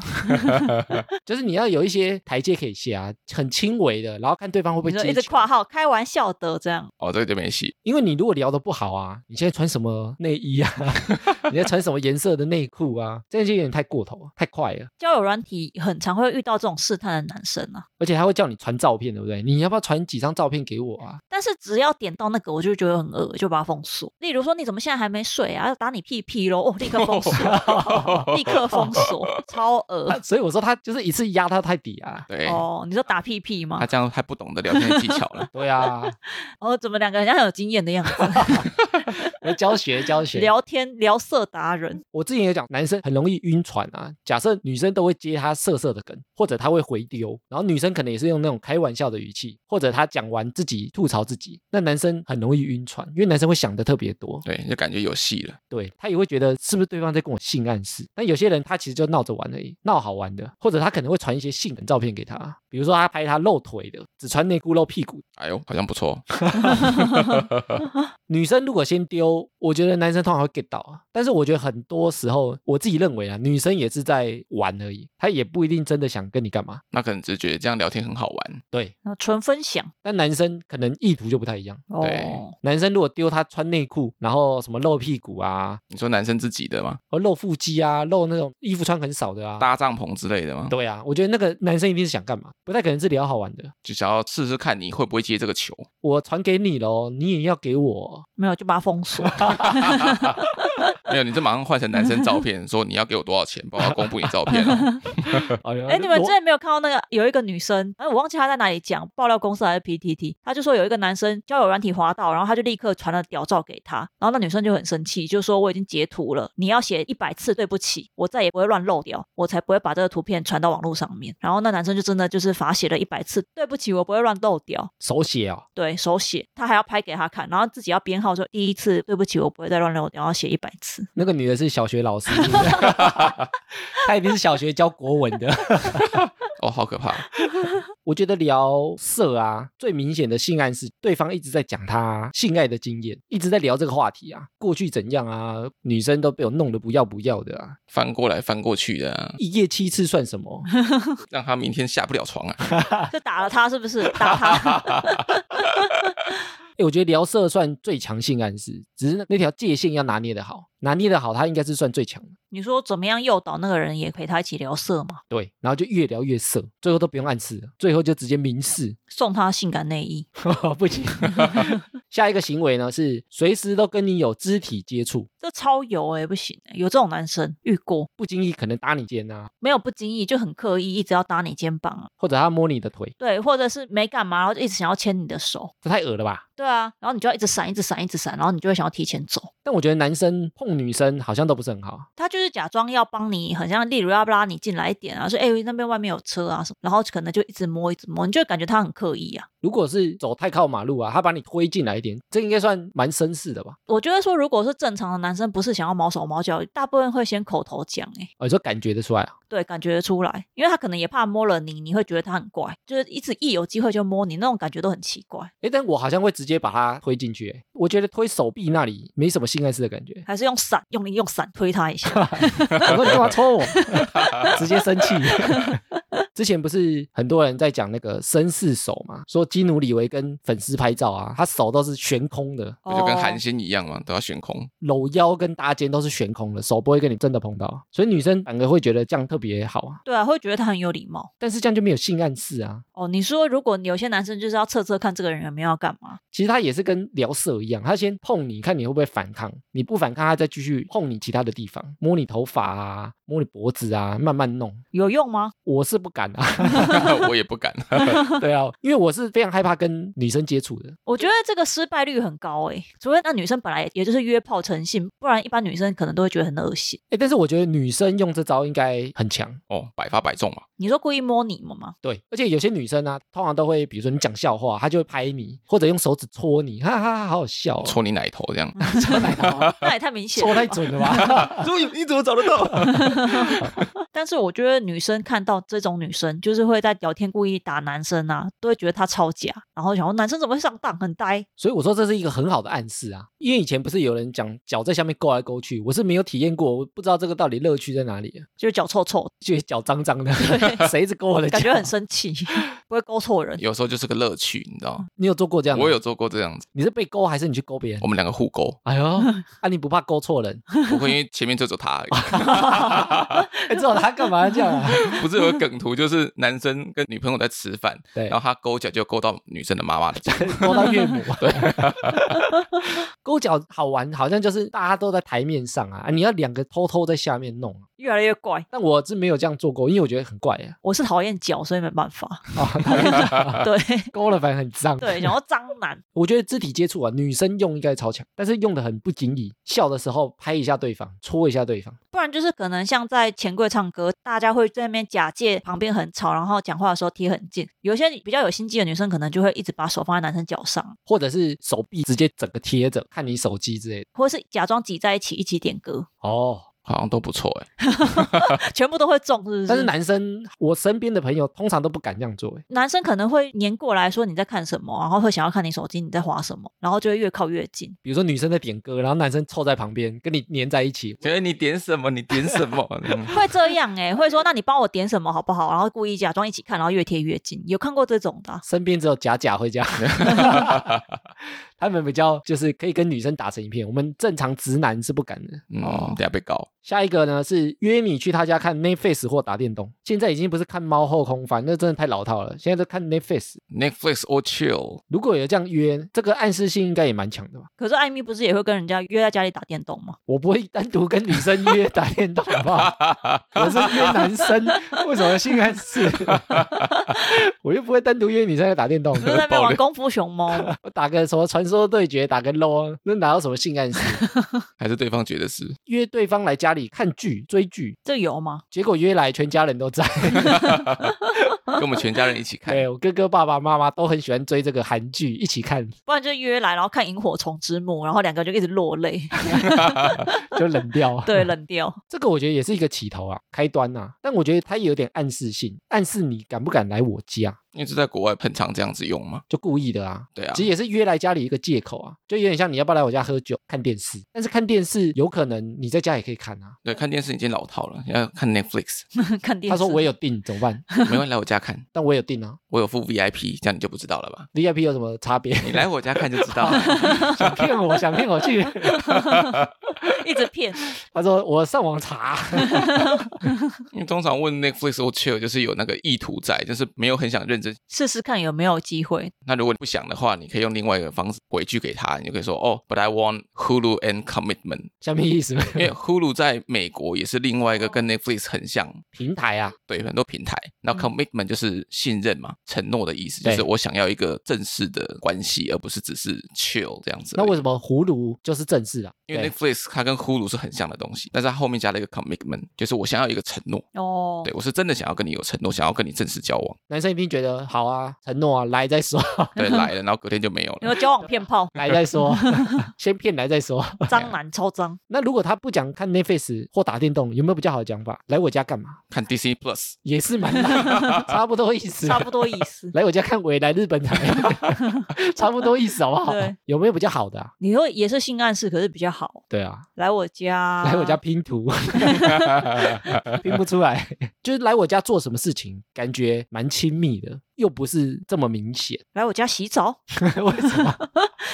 就是你要有一些台阶可以下，很轻微的，然后看对方会不
你
会
说
接
一直
球
括号开玩笑的这样，
哦，这个就没戏。
因为你如果聊得不好啊，你现在穿什么内衣啊？ [laughs] 你在穿什么颜色的内裤啊？这样就有点太过头，太快了。
交友软体很常会遇到这种试探的男生啊。
而且还会叫你传照片，对不对？你要不要传几张照片给我啊？ [laughs]
但是只要点到那个，我就觉得很恶，就把它封锁。例如说，你怎么现在还没睡啊？要打你屁屁喽！哦，立刻封锁，
[laughs]
立刻封锁，超
啊
恶。
所以我说他就是一次压他太底啊。。
对，
哦，你说打屁屁吗
他？这哎样还不懂得聊天技巧了
对啊，
哦，怎么两个人家很有经验的样
[laughs]
子？
来教学教学。
聊天聊色达人，
我之前也讲，男生很容易晕船啊。假设女生都会接他色色的梗，或者他会回丢，然后女生可能也是用那种开玩笑的语气，或者他讲完自己吐槽自己，那男生很容易晕船，因为男生会想的特别多。
对，就感觉有戏了。
对他也会觉得是不是对方在跟我性暗示？但有些人他其实就闹着玩而已，闹好玩的，或者他可能会传一些性感照片给他，比如说他拍他露腿的，只穿内裤露屁股。
哎呦，好像不错。
女生如果先丢，我觉得男生通常会 get 到啊。但是我觉得很多时候，我自己认为啊，女生也是在玩而已，她也不一定真的想跟你干嘛。
那可能只是觉得这样聊天很好玩。
对，
那纯分享
但男生可能意图就不太一样。
哦。
男生如果丢他穿内裤，然后什么露屁股啊，
你说男生自己的吗？
或露腹肌啊，露那种衣服穿很少的啊，
搭帐篷之类的吗？
对啊，我觉得那个男生一定是想干嘛，不太可能是聊好玩的。
就想要试试看你会不会接这个球。
我传给你喽，你也要给我。
没有，就把它封锁。
没有，你就马上换成男生照片，说你要给我多少钱，帮我公布你照片哦。
哎
哎，你们之前没有看到那个有一个女生，哎，我忘记她在哪里讲，爆料公司还是 PTT，她就说有一个男生交友软体滑到，然后她就立刻传了屌照给他，然后那女生就很生气，就说我已经截图了，你要写一百次对不起，我再也不会乱漏掉，我才不会把这个图片传到网络上面。然后那男生就真的就是罚写了一百次对不起，我不会乱漏掉，
手写哦，
对手写，他还要拍给他看，然后自己要编号说第一次对不起，我不会再乱漏掉，然后写一百次。
那个女的是小学
[laughs]
老师， [laughs] 她一定是小学教国文的。
哦，好可怕！
我觉得聊色啊，最明显的性暗示，对方一直在讲他性爱的经验，一直在聊这个话题啊，过去怎样啊，女生都被我弄得不要不要的啊，
翻过来翻过去的啊，
一夜七次算什么？ [laughs]
让他明天下不了床啊。
就打了他是不是？打他 [laughs]
哎，我觉得聊色算最强性暗示，只是那那条界限要拿捏的好，拿捏的好，他应该是算最强的。
你说怎么样诱导那个人也陪他一起聊色嘛？
对，然后就越聊越色，最后都不用暗示了，最后就直接明示， [laughs]
送他性感内衣，
不行。 [laughs] 下一个行为呢是随时都跟你有肢体接触，
这超油哎、不行、欸，有这种男生遇过，
不经意可能搭你肩啊，
没有不经意就很刻意，一直要搭你肩膀啊，
或者他摸你的腿，
对，或者是没干嘛，然后就一直想要牵你的手，
这太恶了吧？
对啊，然后你就要一直闪，一直闪，一直闪，然后你就会想要提前走。
但我觉得男生碰女生好像都不是很好，
他就是假装要帮你，很像例如要拉你进来一点啊，说哎、那边外面有车啊什么，然后可能就一直摸一直摸，你就会感觉他很刻意啊。
如果是走太靠马路啊，他把你推进来一点，这应该算蛮绅士的吧？
我觉得说，如果是正常的男生，不是想要毛手毛脚，大部分会先口头讲、欸，
哦，你说感觉得出来啊？
对，感觉得出来，因为他可能也怕摸了你，你会觉得他很怪，就是一直一有机会就摸你，那种感觉都很奇怪。。
诶，但我好像会直接把他推进去、诶我觉得推手臂那里没什么性暗示的感觉
[laughs] 还是用伞，用力用伞推他一下。
我说你干嘛戳我？直接生气。 [laughs] 之前不是很多人在讲那个绅士手嘛，说基努里维跟粉丝拍照啊，他手都是悬空的，
不 [laughs] 就跟
哦
韩星一样嘛，都要悬空。 [laughs]
搂腰跟搭肩都是悬空的，手不会跟你真的碰到，所以女生反而会觉得这样特别好啊。
对啊，会觉得他很有礼貌。
但是这样就没有性暗示啊。
哦，你说如果有些男生就是要测测看这个人有没有要干嘛，
其实他也是跟聊色一样，他先碰你，看你会不会反抗，你不反抗，他再继续碰你其他的地方，摸你头发啊，摸你脖子啊，慢慢弄。
有用吗？
我是不敢啊， [laughs]
我也不敢。
对啊，因为我是非常害怕跟女生接触的。
我觉得这个失败率很高诶、除非那女生本来也就是约炮成性，不然一般女生可能都会觉得很恶心。
哎，但是我觉得女生用这招应该很强。
哦，百发百中嘛。
你说故意摸你们吗？ [laughs]
对，而且有些女生啊，通常都会，比如说你讲笑话，她就会拍你，或者用手指戳你，哈哈哈，好好笑、哦，
戳你奶头这样，
戳奶头啊，
那也太明显
戳
了
太
吧。
准了吧？ [laughs] 所以你怎么找得到？
但是我觉得女生看到这种女生，就是会在聊天故意打男生啊，都会觉得她超假，然后想说男生怎么会上当，很呆。
所以我说这是一个很好的暗示啊，因为以前不是有人讲脚在下面勾来勾去，我是没有体验过，我不知道这个到底乐趣在哪里、啊，
就是脚臭臭，
觉得脚脏脏的，谁一直勾我的脚？
感觉很生气， [laughs] 不会勾错人。
[laughs] 有时候就是个乐趣，你知道吗？
你有做过这样？
我，有做过这样子，
你是被勾还是你去勾别人
我？们两个互勾，
哎
[laughs]
呦，啊你不怕勾错人？
不会因为前面就走他而已。 [laughs]
哎、知道他干嘛这样啊？
不是有个梗图，就是男生跟女朋友在吃饭，
对
然后，他勾脚就勾到女生的妈妈的脚，
勾到岳母。
[laughs]
对，勾脚好玩，好像就是大家都在台面上啊，啊你要两个偷偷在下面弄啊。
越来越怪。
但我是没有这样做过，因为我觉得很怪啊。
我是讨厌脚，所以没办法。
啊，讨厌
[laughs]
讲
对
勾了反正很脏。
对，然后脏男，
我觉得肢体接触啊，女生用应该超强，但是用的很不经意，笑的时候拍一下对方，戳一下对方。
不然就是可能像在钱柜唱歌，大家会在那边假借旁边很吵，然后讲话的时候贴很近。有些比较有心机的女生，可能就会一直把手放在男生脚上，
或者是手臂直接整个贴着看你手机之类的。
或是假装挤在一起一起点歌， [laughs]
哦，
好像都不错哎。
全部都会中，是不是？
但是男生，我身边的朋友通常都不敢这样做。欸
男生可能会黏过来说你在看什么，然后会想要看你手机你在划什么，然后就会越靠越近。
比如说女生在点歌，然后男生凑在旁边跟你粘在一起，
[laughs] 觉得你点什么，你点什 [laughs] 么，嗯
会这样哎、会说那你帮我点什么好不好？然后故意假装一起看，然后越贴越近。有看过这种的啊、
身边只有假假会这样。 [laughs] 他们比较就是可以跟女生打成一片，我们正常直男是不敢的。
嗯
哦，
等下被告。
下一个呢是约你去他家看 Netflix 或打电动，现在已经不是看猫后空翻，那真的太老套了。现在都看 Netflix，
Netflix or chill，
如果有这样约，这个暗示性应该也蛮强的吧？
可是艾米不是也会跟人家约在家里打电动吗？
我不会单独跟女生约打电动，好不好？我是约男生，为什么性暗示？ [laughs] 我又不会单独约女生来打电动，
就
[laughs]
在那边
爆
玩
料
功夫熊猫，
我打个什么传说对决，打个 LO，那哪有什么性暗示？
还是对方觉得 [laughs] 是？
约对方来家里看剧、追剧，
这有吗？
结果约来全家人都在。 [laughs] 哎
跟我们全家人一起看，
对我哥哥、爸爸妈妈都很喜欢追这个韩剧，一起看
不然就约来，然后看《萤火虫之墓》，然后两个就一直落泪， [laughs]
就冷掉。
对，，冷掉。
这个我觉得也是一个起头啊，开端呐、啊。但我觉得它也有点暗示性，暗示你敢不敢来我家，
[laughs] 因为这在国外很常这样子用嘛。
就故意的啊。
对啊
其，实也是约来家里一个借口啊，就有点像你要不要来我家喝酒、看电视。但是看电视有可能你在家也可以看啊。
对，看电视已经老套了，要看 Netflix。 [laughs]
看电视。
他说我有订怎么办？
没关系，来我家看，
但我有订啊
我有付 VIP，这样你就不知道了 [laughs] 吧？
，VIP 有什么差别？ [laughs]
你来我家看就知道了。
想骗我，想骗我去。
一直骗。
[laughs] 他说我上网查，
[laughs]
[laughs]
因为通常问 Netflix 或 Chill 就是有那个意图在，就是没有很想认真。
试试看有没有机会。
那如果你不想的话，你可以用另外一个方式回拒给他，你就可以说哦、b u t I want Hulu and commitment，
下面意思 [laughs]
因为 Hulu 在美国也是另外一个跟 Netflix 很像，
平台啊，
对很多平台。那
哦嗯
commitment 就是信任嘛，承诺的意思，就
对
是我想要一个正式的关系，而不是只是 Chill 这样子而
那
已。
为什么葫芦就是正式啊？
因为
对
Netflix 它跟 Hulu 是很像的东西，但是它后面加了一个 commitment，就是我想要一个承诺，
哦，
对我是真的想要跟你有承诺，想要跟你正式交
[laughs]
往。
男生一定觉得好啊，承诺啊，来再说，，
对，来了，然后隔天就没有
你
了。
说交往骗炮 [laughs]
来再说，先骗来再说。 [laughs]
蟑螂超脏，
那如果他不讲看 Netflix 或打电动，有没有比较好的讲法？来我家干嘛？
看 Disney
[laughs]
Plus， [laughs]
也是蛮 [laughs] 差不多意思，
差不多意
[laughs]
思。
来我家看未来日本台， [laughs] 差不多意思好不好
对？
有没有比较好的、啊？
你说也是性暗示，可是比较好。
对啊，
来我家，
[laughs]
来我家，拼图， [laughs] 拼不出来，就是来我家做什么事情，感觉蛮亲密的，又不是这么明显， [laughs]
来我家洗澡。
为什么？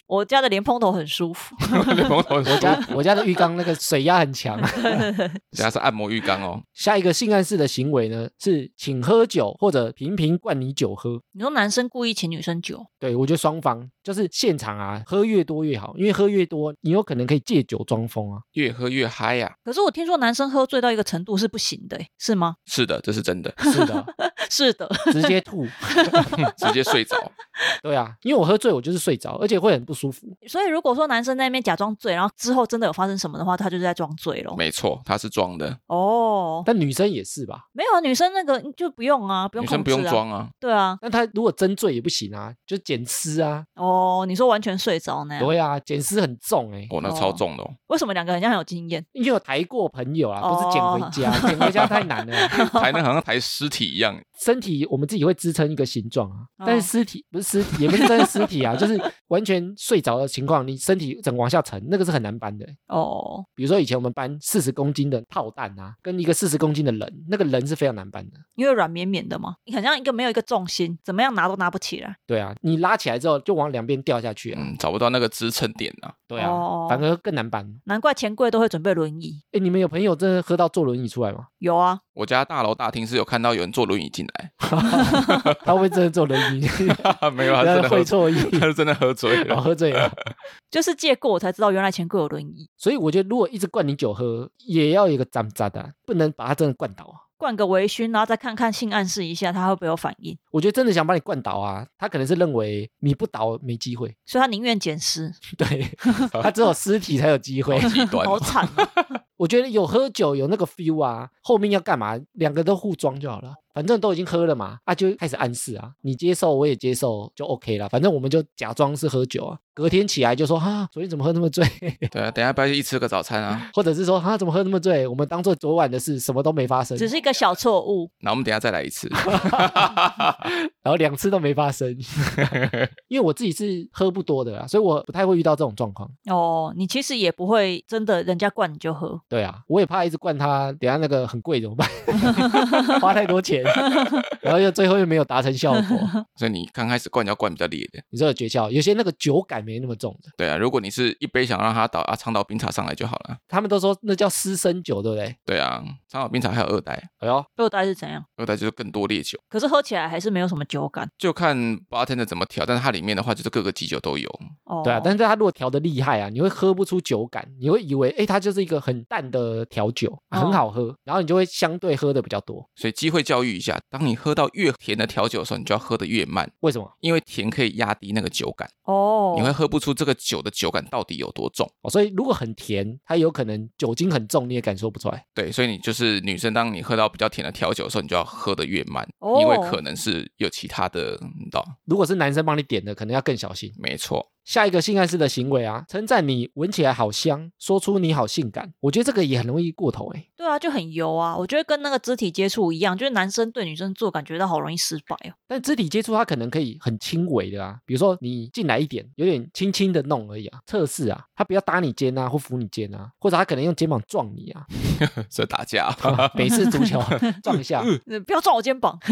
我家的莲蓬头很舒
[laughs]
服， [laughs]
我家我家的浴缸那个水压很强。
人家是按摩浴缸哦，
下一个性暗示的行为呢，是请喝酒或者频频灌你酒喝。
你说男生故意请女生酒，
对我觉得双方就是现场啊，喝越多越好，因为喝越多，你有可能可以借酒装疯啊。
越喝越嗨呀、
可是我听说男生喝醉到一个程度是不行的，是吗？ [laughs]
是的，这是真的，
是的，
是的，
直接吐。
直接睡
[laughs]
着。
对啊，因为我喝醉，我就是睡着，而且会很不舒服。
所以如果说男生在那边假装醉，然后之后真的有发生什么的话，他就是在装醉咯。
没错，他是装的，
哦，
但女生也是吧？
没有啊，女生那个就不用啊，不用
女
控制、啊、
生不用，装啊。
对啊。
那她如果真醉也不行啊，就捡尸啊。
哦，你说完全睡着呢？
对啊，捡尸很重哎、欸，
哦，那超重的、哦， [laughs]
为什么两个人家很有经验？
因为我抬过朋友啊，不是捡回家，捡回家太难了。
抬那好像抬尸体一样。
身体我们自己会支撑一个形状啊，
哦
但是尸体不是尸体，也不是真的尸体啊，就是完全睡着的情况，你身体整个往下沉，那个是很难搬的欸。
哦，
比如说以前我们搬四十公斤的炮弹啊，跟一个四十公斤的人，那个人是非常难搬的。
因为软绵绵的嘛，你很像一个没有一个重心，怎么样拿都拿不起来。
对啊，你拉起来之后就往两边掉下去啊。
嗯，找不到那个支撑点啊。
对啊，
哦
反而更难搬。
难怪钱柜都会准备轮椅。
哎，你们有朋友真的喝到坐轮椅出来吗？ [laughs]
有啊，
我家大楼大厅是有看到有人坐轮椅进来， [laughs]
他会不会真的坐轮
[laughs]
椅？
没
[laughs]
有，他啊真
他
的喝
会，哦错意，
[laughs] 他是真的喝醉
我
了。
喝醉了。
就是借过我才知道原来钱柜有轮椅，
所以我觉得，如果一直灌你酒喝，也要有一个渣渣的啊，不能把他真的灌倒啊。
灌个微醺，然后再看看性暗示一下他会不会有反应，
我觉得真的想把你灌倒啊，他可能是认为你不倒没机会， [laughs]
所以他宁愿捡尸， [laughs]
对他只有尸体才有机会
好。极端
好
哦、
惨啊、
[laughs] 我觉得有喝酒有那个 feel 啊，后面要干嘛，两个都互装就好了，反正都已经喝了嘛，啊就开始暗示啊，你接受我也接受就 OK 了，反正我们就假装是喝酒啊，隔天起来就说哈、昨天怎么喝那么醉， [laughs]
对啊，等一下不要去吃个早餐啊，
或者是说哈、怎么喝那么醉，我们当做昨晚的事什么都没发生，
只是一个小错误。
然后我们等一下再来一次。
然后两次都没发
[laughs]
生，因为我自己是喝不多的啦，啊所以我不太会遇到这种状况。
哦，你其实也不会真的人家灌你就喝，
对啊，我也怕一直灌他，等下那个很贵怎么办？ [laughs] 花太多钱，然后又最后又没有达成效果。
所以你刚开始灌要灌比较烈的，
你这个诀窍，有些那个酒感没那么重的，
对啊。如果你是一杯想让他倒啊，长岛冰茶上来就好了。
他们都说那叫私生酒，对不对？
对啊，长岛冰茶还有二代，
哎呦，
二代是怎样？
二代就是更多烈酒，
可是喝起来还是没有什么酒感。
就看 bartender 怎么调，但是它里面的话就是各个基酒都有。
哦，
对啊，但是他如果调的厉害啊，你会喝不出酒感，你会以为哎，它就是一个很淡的调酒，很好喝，然后你就会相对喝的比较多。
所以机会教育一下，当你喝到越甜的调酒的时候，你就要喝得越慢，
为什么？
因为甜可以压低那个酒感，
哦，
你会喝不出这个酒的酒感到底有多重。
哦，所以如果很甜，它有可能酒精很重，你也感受不出来。
对，所以你就是女生，当你喝到比较甜的调酒的时候，你就要喝得越慢，
哦
因为可能是有其他的，你知道？
如果是男生帮你点的，可能要更小心。
没
[laughs]
错，
下一个性暗示的行为啊，称赞你闻起来好香，说出你好性感，我觉得这个也很容易过头哎、
对啊，就很油啊。我觉得跟那个肢体接触一样，就是男生对女生做感觉到好容易失败哦。
但肢体接触它可能可以很轻微的啊，比如说你进来一点，有点轻轻的弄而已啊，测试啊，他不要搭你肩啊或扶你肩啊，或者他可能用肩膀撞你啊，
所以打架。啊
每次足球啊撞一下，
呃不要撞我肩膀， [laughs]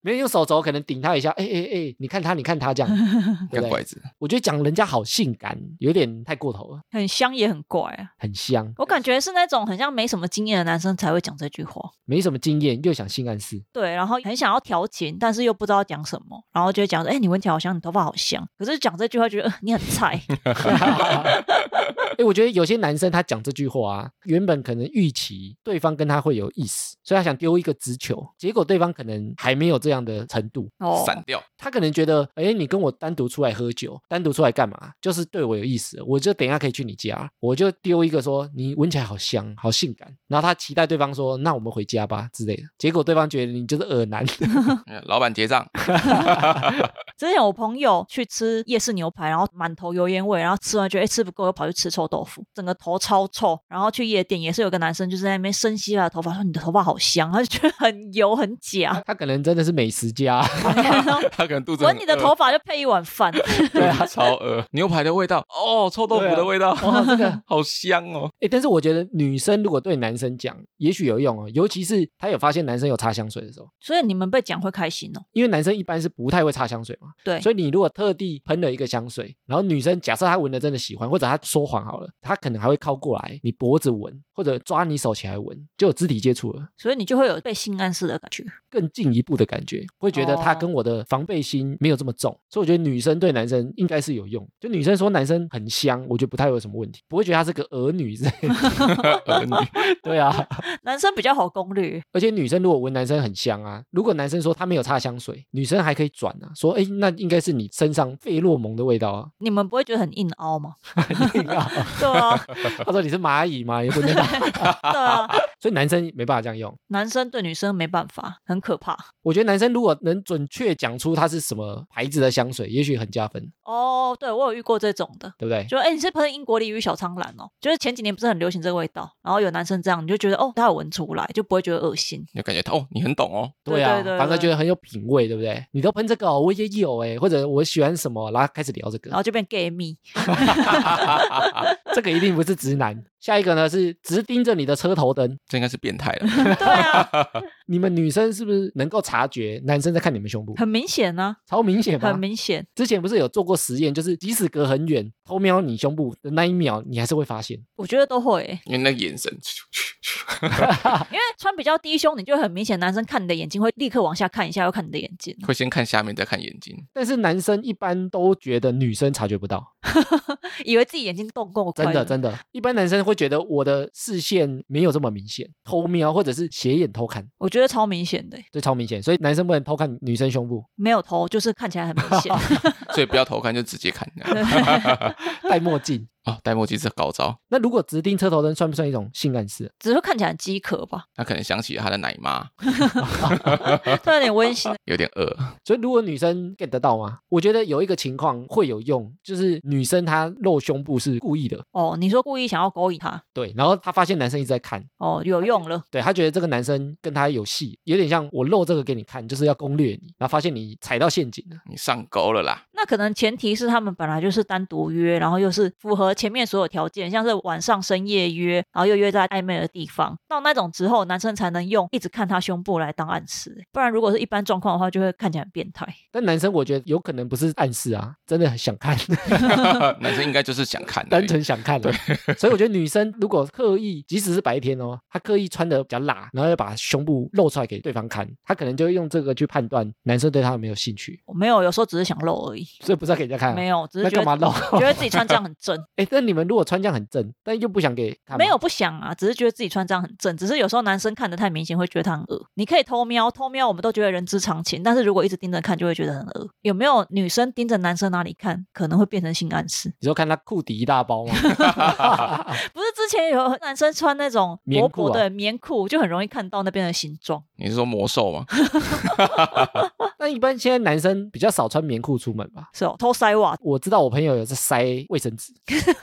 没人用手肘可能顶他一下，哎哎哎，你看他，你看他这样，
[laughs]
对
干
不
拐
对？
子，
我觉得讲人家好性感，有点太过头了，
很香也很怪啊。
很香，
我感觉是那种很像没什么经验的男生才会讲这句话。
没什么经验，又想性暗示，
对，然后很想要调情，但是又不知道讲什么，然后就会讲说：“哎、你闻起来好香，你头发好香。”可是讲这句话觉得、呃、你很菜， [laughs]
[laughs] 哎、我觉得有些男生他讲这句话啊，原本可能预期对方跟他会有意思，所以他想丢一个直球，结果对方可能还没有这样的程度，
哦，
散掉。 [laughs]
他可能觉得，哎，你跟我单独出来喝酒，单独出来干嘛？就是对我有意思，我就等一下可以去你家，我就丢一个说你闻起来好香，好性感，然后他期待对方说那我们回家吧之类的，结果对方觉得你就是恶 [laughs] 男，
嗯老板
[laughs]
结账，
之前我朋友去吃夜市牛排，然后满头油烟味，然后吃完觉得哎吃不够，又跑去吃臭豆腐，整个头超臭。然后去夜店也是有个男生就是在那边深吸他的头发，说你的头发好香，他就觉得很油很 [laughs] 假。
他可能真的是美食家，
他可能肚子很
闻你的
饿
头，发就配一碗饭，
[laughs]
[laughs]
对啊，超
[laughs]
饿。牛排的味道，哦，臭豆腐
对啊
的味
[laughs]
道，
哦，这个。
好香
[laughs]
哦。
哎，但是我觉得女生如果对男生讲，也许有用哦，尤其是她有发现男生有擦香水的时候，
所以你们被讲会开心哦。
因为男生一般是不太会擦香水嘛，
对，
所
以
以你如果特地喷了一个香水，然后女生假设她闻了真的喜欢，或者她说谎好了，她可能还会靠过来你脖子闻，或者抓你手起来闻，就有肢体接触了。
所以你就会有被性暗示的感觉。 [laughs]
更进一步的感觉，会觉得她
哦
跟我的防备心没有这么重，所以我觉得女生对男生应该是有用。就女生说男生很香，我觉得不太有什么问题，不会觉得他是个儿女之类的。 [laughs]
儿女，
对啊，
男生比较好攻略，
而且女生如果闻男生很香啊，如果男生说他没有擦香水，女生还可以转啊，说哎那应该是你身上费洛蒙的味道啊。 [laughs]
你们不会觉得很硬凹吗？
硬要
[laughs] 对啊，
他说你是蚂蚁吗？也不能打。
对啊，
[laughs] 所以男生没办法这样用。
[laughs] 男生对女生没办法，很可怕。
我觉得男生如果能准确讲出它是什么牌子的香水，也许很加分，
哦，对我有遇过这种的，
对不对？
就哎、欸你是喷英国鲤鱼小苍兰哦，就是前几年不是很流行这个味道，然后有男生这样，你就觉得哦，他有闻出来，就不会觉得恶心。
你就感觉到哦，你很懂哦。
对
啊，
对对对
反而觉得很有品味，对不对？你都喷这个、哦，我也有哎、或者我喜欢什么，然后开始聊这
然
个，
后就变 gay 蜜， [laughs]
这个一定不是直男。下一个呢是直盯着你的车头灯，
这应该是变态了。
对啊，
你们女生是不是能够察觉男生在看你们胸部？
很明显
[laughs]
啊，
超明显吧
很？明显，
之前不是有做过实验，就是即使隔很远偷瞄你胸部的那一秒，你还是会发现。
我觉得都会欸、
因为那个眼神， [laughs]
因为穿比较低胸，你就很明显，男生看你的眼睛会立刻往下看一下，又看你的眼睛，啊
会先看下面，再看眼睛。
但是男生一般都觉得女生察觉不到，
[laughs] 以为自己眼睛动够啊快
真的
了，
真的，一般男生会觉得我的视线没有这么明显，偷瞄或者是斜眼偷看，
我觉得超明显的欸、
这超明显，所以男生不能偷看女生胸部，
没有头就是看起来很明
[laughs]
显。
所以不要偷看，就直接看。
对
戴墨镜。
哦，戴墨镜是高招，
那如果直盯车头灯算不算一种性暗示？
只是看起来很饥渴吧， [laughs]
他可能想起他的奶妈，
这有点温馨。
有点饿。
所以如果女生 get 得到吗？我觉得有一个情况会有用，就是女生她露胸部是故意的，
哦，你说故意想要勾引他，
对，然后她发现男生一直在看，
哦，有用了，
对她觉得这个男生跟她有戏，有点像我露这个给你看，就是要攻略你，然后发现你踩到陷阱了。
你上钩了
[laughs]
啦！
那可能前提是他们本来就是单独约，然后又是符合前面所有条件，像是晚上深夜约，然后又约在暧昧的地方。到那种之后，男生才能用一直看他胸部来当暗示，不然如果是一般状况的话，就会看起来很变态。
但男生我觉得有可能不是暗示啊，真的很想看。 [laughs]
男生应该就是想看而已
单纯想看了。所以我觉得女生如果刻意，即使是白天哦，她刻意穿的比较辣，然后要把胸部露出来给对方看，她可能就会用这个去判断男生对她有没有兴趣，
我没有，有时候只是想露而已，
所以不是要给人家看、
没
有，
有，只
哎那
是觉
干嘛
得
露？
觉得自己穿这样很正，
哎，但你们如果穿这样很正，但又不想给看，
没有。不想啊，只是觉得自己穿这样很正。只是有时候男生看得太明显，会觉得他很恶。你可以偷瞄，偷瞄我们都觉得人之常情，但是如果一直盯着看，就会觉得很恶。有没有女生盯着男生哪里看，可能会变成性暗示？ [laughs]
你说看她裤底一大包吗？ [laughs]
不是之前有男生穿那种
棉
薄
裤啊
薄的棉裤，就很容易看到那边的形状。
你是说魔兽吗？
但一般现在男生比较少穿棉裤出门吧。
是哦，偷塞袜，
我知道我朋友有在塞卫生纸，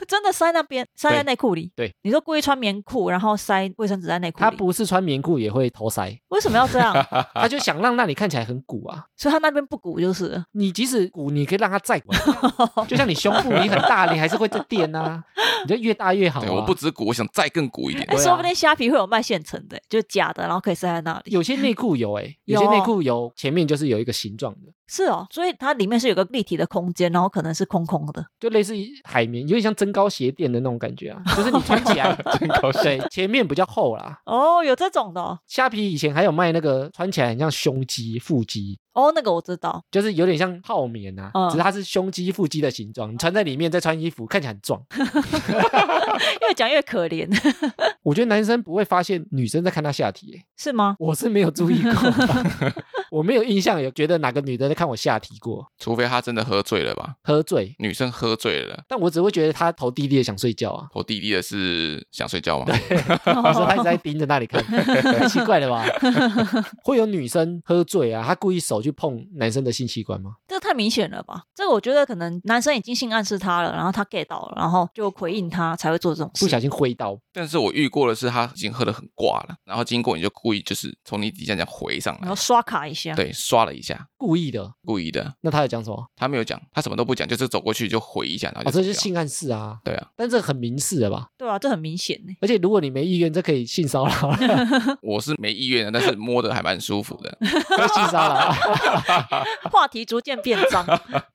真的塞那边，塞在
对
内裤里。
对，
你说故意穿棉裤，然后塞卫生纸在内裤
他
里，
不是穿棉裤也会偷塞，
[laughs] 为什么要这
[laughs]
样？
他就想让那里看起来很鼓啊。
所以他那边不鼓就是了。
你即使鼓，你可以让它再
[laughs]
鼓，就像你胸部你很大，你还是会再垫啊，你就越大越好、啊。
对，我不止鼓，我想再更鼓一点
[laughs]
哎、。
对啊
说不定虾皮会有卖现成的，就是假的，然后可以塞在那里。
[laughs] 有些内裤有哎、有
[laughs] 有啊
些内裤有前面就是有一个形状的，
是哦，所以它里面是有个立体的空间，然后可能是空空的。
就类似于海绵，有点像增高鞋垫的那种感觉啊，就是你穿起
[laughs]
来增高鞋，对，前面比较厚啦。
哦，有这种的哦。
虾皮以前还有卖那个穿起来很像胸肌、腹肌，
哦，那个我知道， [laughs]
就是有点像泡棉啊，
嗯
只是它是胸肌、腹肌的形状，你穿在里面再穿衣服，看起来很壮。
越讲越可怜， [laughs]
我觉得男生不会发现女生在看他下体、欸，[laughs]
是吗？
我是没有注
[laughs]
意过，我没有印象有觉得哪个女的在看我下体过，
除非他真的喝醉了吧？
喝醉。
女生喝醉了，
但我只会觉得她头低低的想睡觉啊，
头低低的是想睡觉吗？
你说他一直在盯着那里
[laughs]
看，太奇怪了吧？ [laughs] 会有女生喝醉啊，她故意手去碰男生的性器官吗？
[laughs] 这太明显了吧？这个我觉得可能男生已经性暗示他了，然后他 get 到了，然后就回应他才会做这种
不
事。
小心挥到，
但是我遇过的是他已经喝得很挂了，然后经过你就故意就是从你底下这样回上
然后
来，
刷卡一下，
对，刷了一下，
故意的。
故意的。
那他有讲什么？
他没有讲，他什么都不讲，就是走过去就回一下，然后
哦，
就
这
走
就是
掉、
性暗示啊，
对啊，
但这很明示了吧？
对啊，这很明显
[laughs]
呢。
而且如果你没意愿，这可以性骚扰
[laughs]
了，
我是没意愿的，但是摸的还蛮舒服的。
可以性骚扰啊。
话题逐渐变
[laughs]
脏，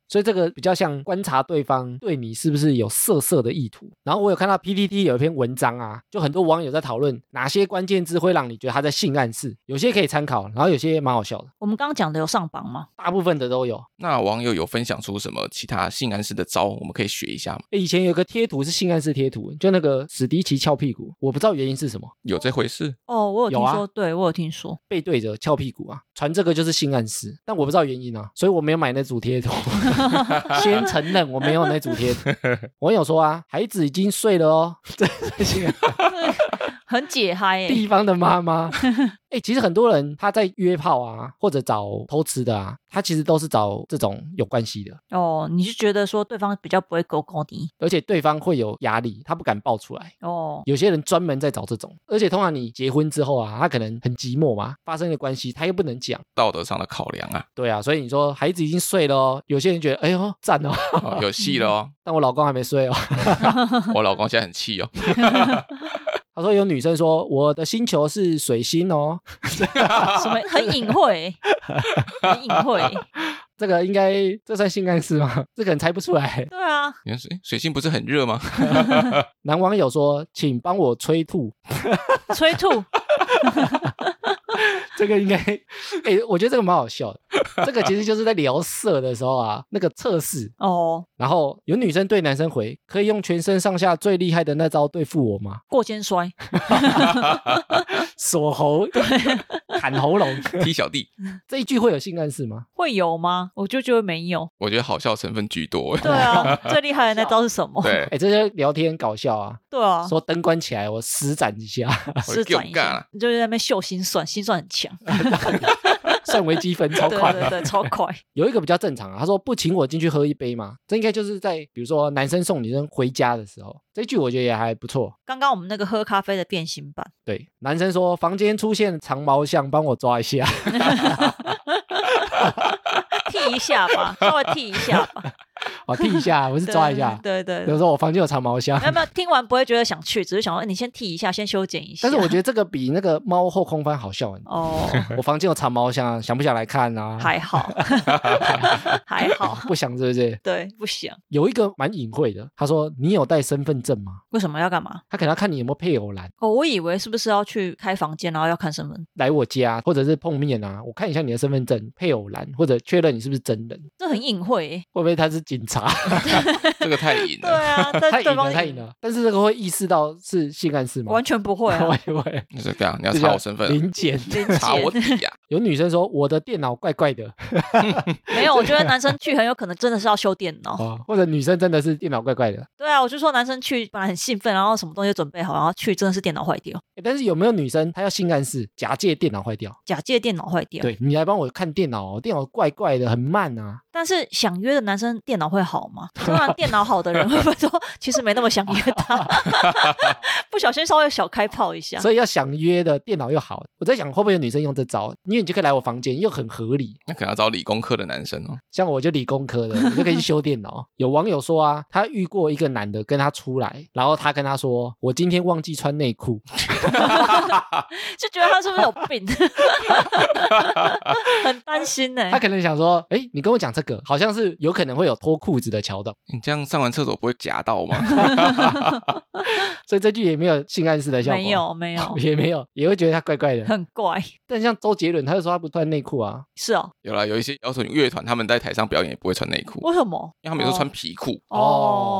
所以这个比较像观察对方对你是不是有色色的意图。然后我有看到 PPT 有一篇文章啊，就很多网友在讨论哪些关键字会让你觉得他在性暗示，有些可以参考，然后有些蛮好笑的，
我们刚刚讲的有上榜吗？
大部分的都有。
那网友有分享出什么其他性暗示的招，我们可以学一下吗？
欸以前有个贴图是性暗示贴图，就那个史迪奇翘屁股，我不知道原因是什么，
有这回事？
哦，我有听
有啊
说，对我有听说，
背对着翘屁股啊，传这个就是性暗示，但我不知道原因啊，所以我没有买那组贴图，先承认我没有那组贴图。网友说啊，孩子已经睡了哦， [laughs] 这是性暗示
很解嗨耶。
地方的妈妈。哎、其实很多人他在约炮啊，或者找偷吃的啊，他其实都是找这种有关系的，
哦，你是觉得说对方比较不会勾勾你？
而且对方会有压力，他不敢爆出来。 [laughs]
哦，
有些人专门在找这种，而且通常你结婚之后啊，他可能很寂寞嘛，发生了关系，他又不能讲，
道德上的考量啊，
对啊，所以你说孩子已经睡了哦，有些人觉得哎呦赞哦， [laughs]
哦有戏了哦。
但我老公还没睡哦。 [laughs]
嗯
我老公现在很气哦， [laughs]
他说有女生说我的星球是水星哦，
什么很隐晦， [laughs] 很隐晦。
这个应该这算性暗示吗？这可能猜不出来。
对啊，
你看水水星不是很热吗？
男网友说请帮我催吐，
催吐，
这个应该，哎、我觉得这个蛮好笑的。这个其实就是在聊色的时候啊，那个测试，
哦，
然后有女生对男生回，可以用全身上下最厉害的那招对付我吗？
过肩摔，
锁喉， [laughs] 砍喉咙，
踢小弟，
这一句会有性暗示吗？
会有吗？我就觉得没有。
我觉得好笑成分居多。
对哦啊， [laughs] 最厉害的那招是什么？
[laughs] 对，
哎，这些聊天搞笑啊，
对啊，
说灯关起来，我施展一下， [laughs]
施展一
我就干
下
了，
你就在那边秀心算，心算很强，
算微积分超
对
快。
对对，超快。
有一个比较正常啊，他说不请我进去喝一杯吗？这应该就是在比如说男生送女生回家的时候，这一句我觉得也还不错。
刚刚我们那个喝咖啡的变形版，
对，男生说房间出现长毛象，帮我抓一下。
剃一下吧，稍微剃一下吧，
哦，剃一
[laughs]
下，不是 [laughs] 抓一下。
对对
比
对
如。说我房间有长毛象
没，有没有，听完不会觉得想去，只是想说，哎你先剃一下，先修剪一下。
但是我觉得这个比那个猫后空翻好笑很多。
哦，
我房间有长毛象，想不想来看啊？
还好，还好，
[laughs] 不想是不是？
对，不想。
有一个蛮隐晦的，他说你有带身份证吗？
为什么要干嘛？
他可能要看你有没有配偶栏
哦，我以为是不是要去开房间，然后要看身份，
来我家，或者是碰面啊，我看一下你的身份证、配偶栏，或者确认你是不是真人。
这很隐晦欸。
会不会他是警
[laughs]
察？
这个太隐
对
了，
[laughs]
啊，
太隐
但对
了，
方
太隐了。但是这个会意识到是性暗示吗？。
完全不会啊
[laughs] 会不会？
你是这样，你要
就
查我
像
身份，啊
零检。
零
[laughs]
[laughs]
查我
检
底呀、啊
有女生说我的电脑怪怪的
没有，我觉得男生去很有可能真的是要修电脑。
哦，或者女生真的是电脑怪怪的。
对啊，我就说男生去本来很兴奋，然后什么东西都准备好，然后去真的是电脑坏掉，
诶但是有没有女生她要性暗示，假借电脑坏掉？
假借电脑坏掉。
对你来帮我看电脑、哦，电脑怪怪的，很慢啊。
但是想约的男生电脑会好吗？通常电脑好的人会不会说， [laughs] 其实没那么想约
[laughs]
他，不小心稍微小开炮一下。
所以要想约的电脑又好，我在想会不会有女生用这招，因为你就可以来我房间，又很合理。
那可能要找理工科的男生哦。
像我就理工科的，我就可以去修电脑。有网友说啊，他遇过一个男的跟他出来，然后他跟他说，我今天忘记穿内裤，
就觉得他是不是有病， [laughs] 很担心呢、欸
他可能想说，哎，你跟我讲这个，好像是有可能会有脱裤子的桥段，
你这样上完厕所不会夹到吗？ [laughs]
所以这句也没有性暗示的效果，，
没有没有
[laughs] 也没有，也会觉得他怪怪
[laughs]
的。
很怪。
但像周杰伦，他就说他不穿内裤啊，
是哦，
有啦，有一些摇滚乐团他们在台上表演也不会穿内裤，
为什么？
因为他们有时候穿皮裤。
哦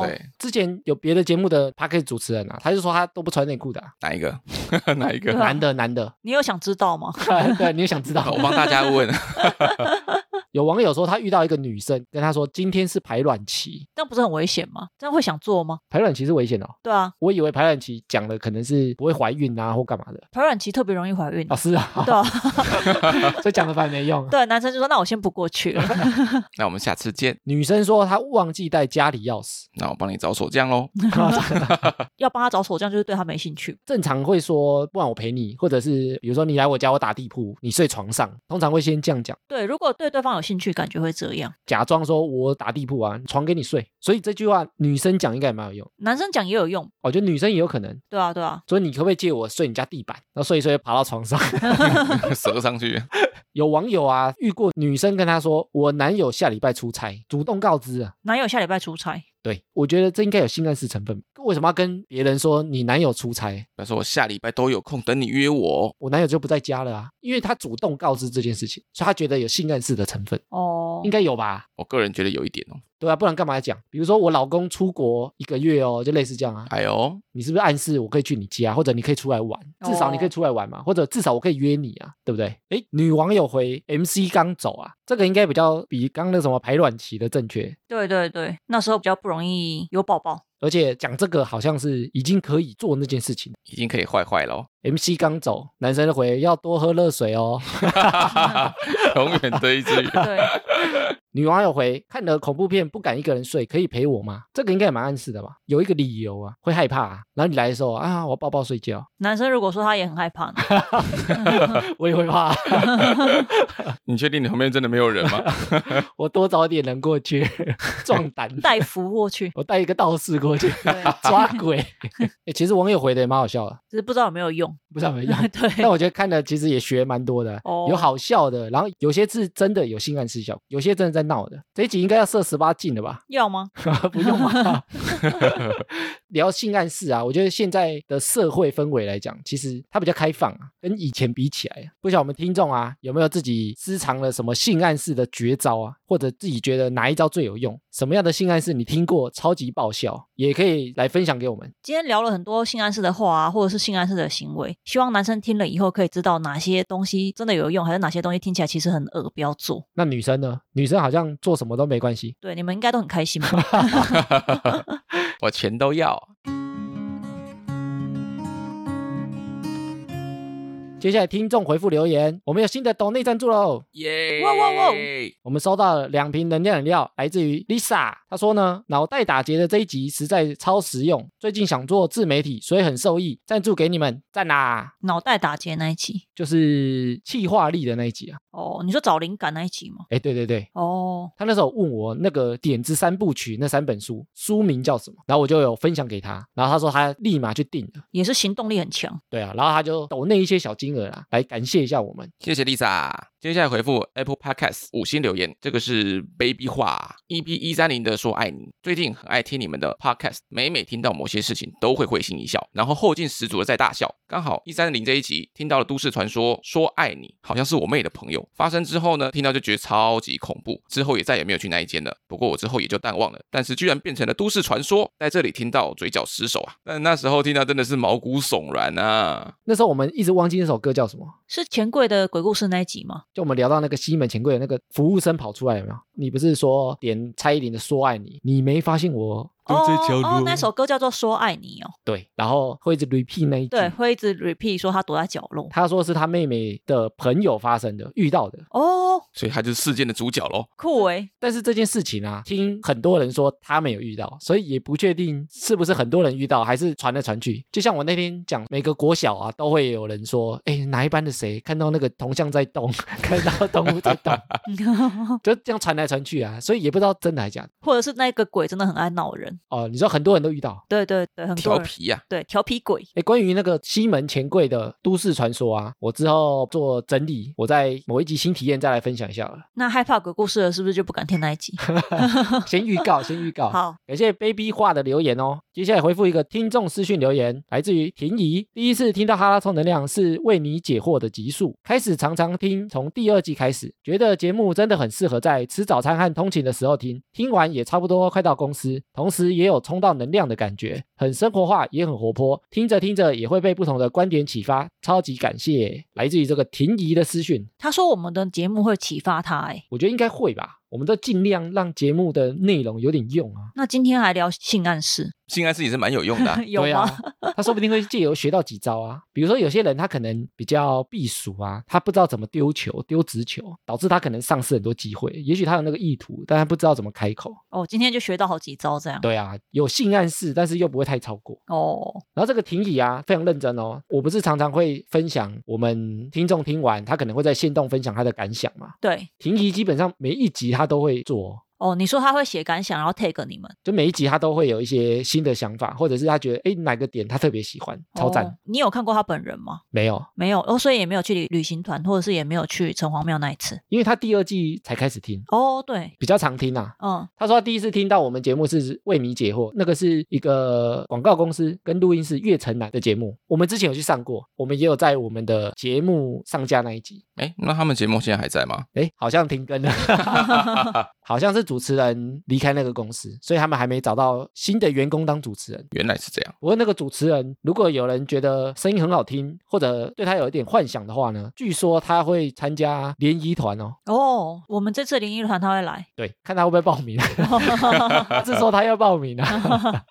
哦，
对，
之前有别的节目的 p a c k a g e 主持人啊，他就说他都不穿内裤的
[laughs]
啊、
哪一个？哪一
对
个？
啊
男的男的， [laughs]
你有想知道吗？
对，你也想知道
我？帮大家问， [laughs]
有网友说他遇到一个女生，跟他说今天是排卵期，
这样不是很危险吗？这样会想做吗？
排卵期是危险的哦。
对啊，
我以为排卵期讲的可能是不会怀孕啊或干嘛的，
排卵期特别容易怀孕
哦，。是
[laughs]
啊， [laughs]
对啊，
所以讲了反而没用。
对，男生就说那我先不过去了。 [laughs]
那我们下次见。
女生说她忘记带家里钥匙， [laughs]
那我帮你找锁匠
[laughs]
喽。
要帮他找手，这样就是对他没兴趣。
正常会说不然我陪你，或者是比如说你来我家我打地铺，你睡床上，通常会先这样讲，
对，如果对对方有兴趣，感觉会这样。
假装说我打地铺啊，床给你睡。所以这句话女生讲应该也蛮有用，
男生讲也有用，
我觉哦得女生也有可能。
对啊，对啊，
所以你可不可以借我睡你家地板？然后睡一睡就爬到床上。
[laughs]
[laughs]
折上去，
有网友啊遇过女生跟他说，我男友下礼拜出差，主动告知啊。
男友下礼拜出差，
对，我觉得这应该有性暗示成分。为什么要跟别人说你男友出差？
他说我下礼拜都有空，等你约我。哦
我男友就不在家了啊，因为他主动告知这件事情，所以他觉得有性暗示的成分，
哦
应，该有吧？
我个人觉得有一点哦，
对啊，不然干嘛讲？比如说我老公出国一个月哦，就类似这样啊。
哎呦，
你是不是暗示我可以去你家，或者你可以出来玩？至少你可以出来玩嘛，或者至少我可以约你啊，对不对？诶，女网友回 MC 刚走啊，这个应该比较比刚那什么排卵期的正确，
对对对，那时候比较不容易有宝宝。
而且讲这个好像是已经可以做那件事情。
已经可以坏坏喽，
MC 刚走，男生就回要多喝热水哦。
哦
[laughs]
永远堆积。
对，
女网友回看了恐怖片不敢一个人睡，可以陪我吗？这个应该也蛮暗示的吧？有一个理由啊，会害怕、啊。然后你来的时候啊，我要抱抱睡觉， [laughs]
男生如果说他也很害怕呢，
我也会怕，啊
你确定你旁边真的没有人吗？
[laughs]
[laughs]
我多找点人过去 [laughs] 壮胆。
带福过去，
我带一个道士过去 [laughs]
对，
抓鬼。 [laughs] 欸其实网友回的也蛮好笑的，
只是不知道有没有用。
不知道有没有用。但
[laughs] 对，
哎我觉得看的其实也学蛮多的，
哦
有好笑的，然后有些是真的有性暗示效果，有些真的在闹的。这一集应该要设十八禁的吧？
要吗？
不用 [laughs] 吧？聊性暗示啊，我觉得现在的社会氛围来讲，其实它比较开放啊，跟以前比起来，不晓得我们听众啊有没有自己私藏了什么性暗示的绝招啊，或者自己觉得哪一招最有用，什么样的性暗示你听过超级爆笑，也可以来分享给我们。
今天聊了很多性暗示的话啊，或者是性暗示的行为，希望男生听了以后可以知道哪些东西真的有用，还是哪些东西听起来其实很恶，不要做。
那女生呢？女生好像做什么都没关系。
对，你们应该都很开心
[laughs]
吧？
我全都要。
接下来听众回复留言，我们有新的抖内赞助喽。
耶！
哇哇哇
我们收到了两瓶能量饮料，来自于 Lisa。她说呢，脑袋打结的这一集实在超实用，最近想做自媒体，所以很受益，赞助给你们，赞啦！
脑袋打结那一集，
就是气化力的那一集啊。
哦，你说找灵感那一集吗？
哎，对对对。
哦，
他那时候问我那个点子三部曲那三本书书名叫什么，然后我就有分享给他，然后他说他立马去订了，
也是行动力很强。
对啊，然后他就抖那一些小金额啦，来感谢一下我们。
谢谢 Lisa，接下来回复 Apple Podcast 五星留言，这个是 Baby 话 EP 一三零的说爱你，最近很爱听你们的 Podcast，每每听到某些事情都会会心一笑，然后后劲十足的在大笑。刚好一三零这一集听到了都市传说说爱你，好像是我妹的朋友发生之后呢，听到就觉得超级恐怖，之后也再也没有去那一间了。不过我之后也就淡忘了，但是居然变成了都市传说，在这里听到嘴角失手啊，但那时候听到真的是毛骨悚然啊。
那时候我们一直忘记那首歌叫什么，
是钱柜的鬼故事那一集吗？
就我们聊到那个西门钱柜的那个服务生跑出来有没有？你不是说点蔡依林的《说爱你》，你没发现我
哦哦，那首歌叫做《说爱你》哦，
对，然后会一直 repeat 那一句。
对，会一直 repeat 说他躲在角落。
他说是他妹妹的朋友发生的，遇到的。
哦，
所以他就是事件的主角喽。
酷欸诶，
但是这件事情啊，听很多人说他们有遇到，所以也不确定是不是很多人遇到，还是传来传去。就像我那天讲，每个国小啊都会有人说，哎，哪一班的谁看到那个铜像在动， [laughs] 看到动物在动， [laughs] 就这样传来传去啊，所以也不知道真的还假的。
[laughs] 或者是那个鬼真的很爱闹人。
哦，你说很多人都遇到。
对对对，很多
调
人
皮啊呀、
对调皮鬼。
哎，关于那个西门钱柜的都市传说啊，我之后做整理，我在某一集新体验再来分享一下好了。
那害怕鬼故事的是不是就不敢听那
[laughs]
一集？
先预告，先预告。
好，
感谢 Baby 话的留言哦。接下来回复一个听众私讯留言，来自于婷宜。第一次听到哈拉充能量是为你解惑的集数，开始常常听，从第二季开始，觉得节目真的很适合在吃早餐和通勤的时候听，听完也差不多快到公司，同时也有充到能量的感觉，很生活化，也很活泼。听着听着也会被不同的观点启发，超级感谢来自于这个婷宜的私讯，
他说我们的节目会启发他欸诶。
我觉得应该会吧。我们都尽量让节目的内容有点用啊，
那今天还聊性暗示， [laughs]
性暗示也是蛮有用的啊、
有
对
吗？
啊他说不定会借由学到几招啊。比如说，有些人他可能比较避暑啊，他不知道怎么丢球、丢直球，导致他可能丧失很多机会。也许他有那个意图，但他不知道怎么开口。
哦，今天就学到好几招这样。
对啊，有性暗示，但是又不会太超过。
哦，
然后这个婷宜啊，非常认真哦。我不是常常会分享我们听众听完，他可能会在线动分享他的感想嘛。
对。
婷宜基本上每一集他都会做哦，
哦，你说他会写感想，然后 take 你们，
就每一集他都会有一些新的想法，或者是他觉得哎哪个点他特别喜欢，超赞。
哦你有看过他本人吗？
没有，
没有哦，所以也没有去旅旅行团，或者是也没有去城隍庙那一次。
因为他第二季才开始听，
哦，对，
比较常听啊。
嗯，
他说他第一次听到我们节目是为你解惑，那个是一个广告公司跟录音室岳城南的节目，我们之前有去上过，我们也有在我们的节目上架那一集。
哎，那他们节目现在还在吗？
哎，好像停更了，好像是主持人离开那个公司，所以他们还没找到新的员工当主持人。
原来是这样，
不过那个主持人，如果有人觉得声音很好听，或者对他有一点幻想的话呢，据说他会参加联谊团哦。
哦，我们这次灵异团他会来，
对，看他会不会报名。啊 [laughs] 他是说他要报名啊，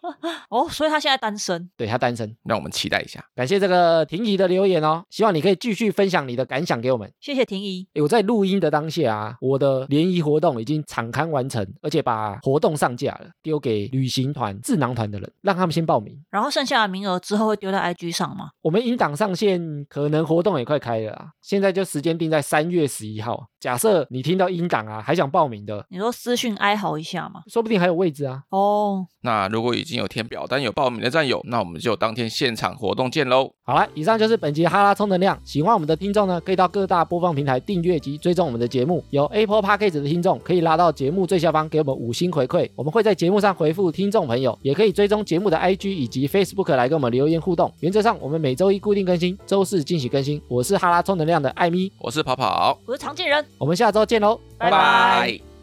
哦，所以他现在单身。
对他单身。
让我们期待一下。
感谢这个婷宜的留言哦，希望你可以继续分享你的感想给我们。
谢谢婷宜，
诶我在录音的当下啊，我的联谊活动已经敞刊完成，而且把活动上架了，丢给旅行团、智囊团的人，让他们先报名。
然后剩下的名额之后会丢在 IG 上吗？
我们引档上线，可能活动也快开了啊，现在就时间定在三月十一号。假设你听到音档啊，还想报名的，
你说私讯哀嚎一下嘛？
说不定还有位置啊。
哦，
那如果已经有填表单有报名的战友，那我们就当天现场活动见喽。
好啦，以上就是本集哈拉充能量。喜欢我们的听众呢，可以到各大播放平台订阅及追踪我们的节目。有 Apple Podcast 的听众可以拉到节目最下方给我们五星回馈，我们会在节目上回复听众朋友。也可以追踪节目的 IG 以及 Facebook 来跟我们留言互动。原则上，我们每周一固定更新，周四惊喜更新。我是哈拉充能量的艾米，
我是跑跑，
我是常见人，
我们下周见喽，
拜拜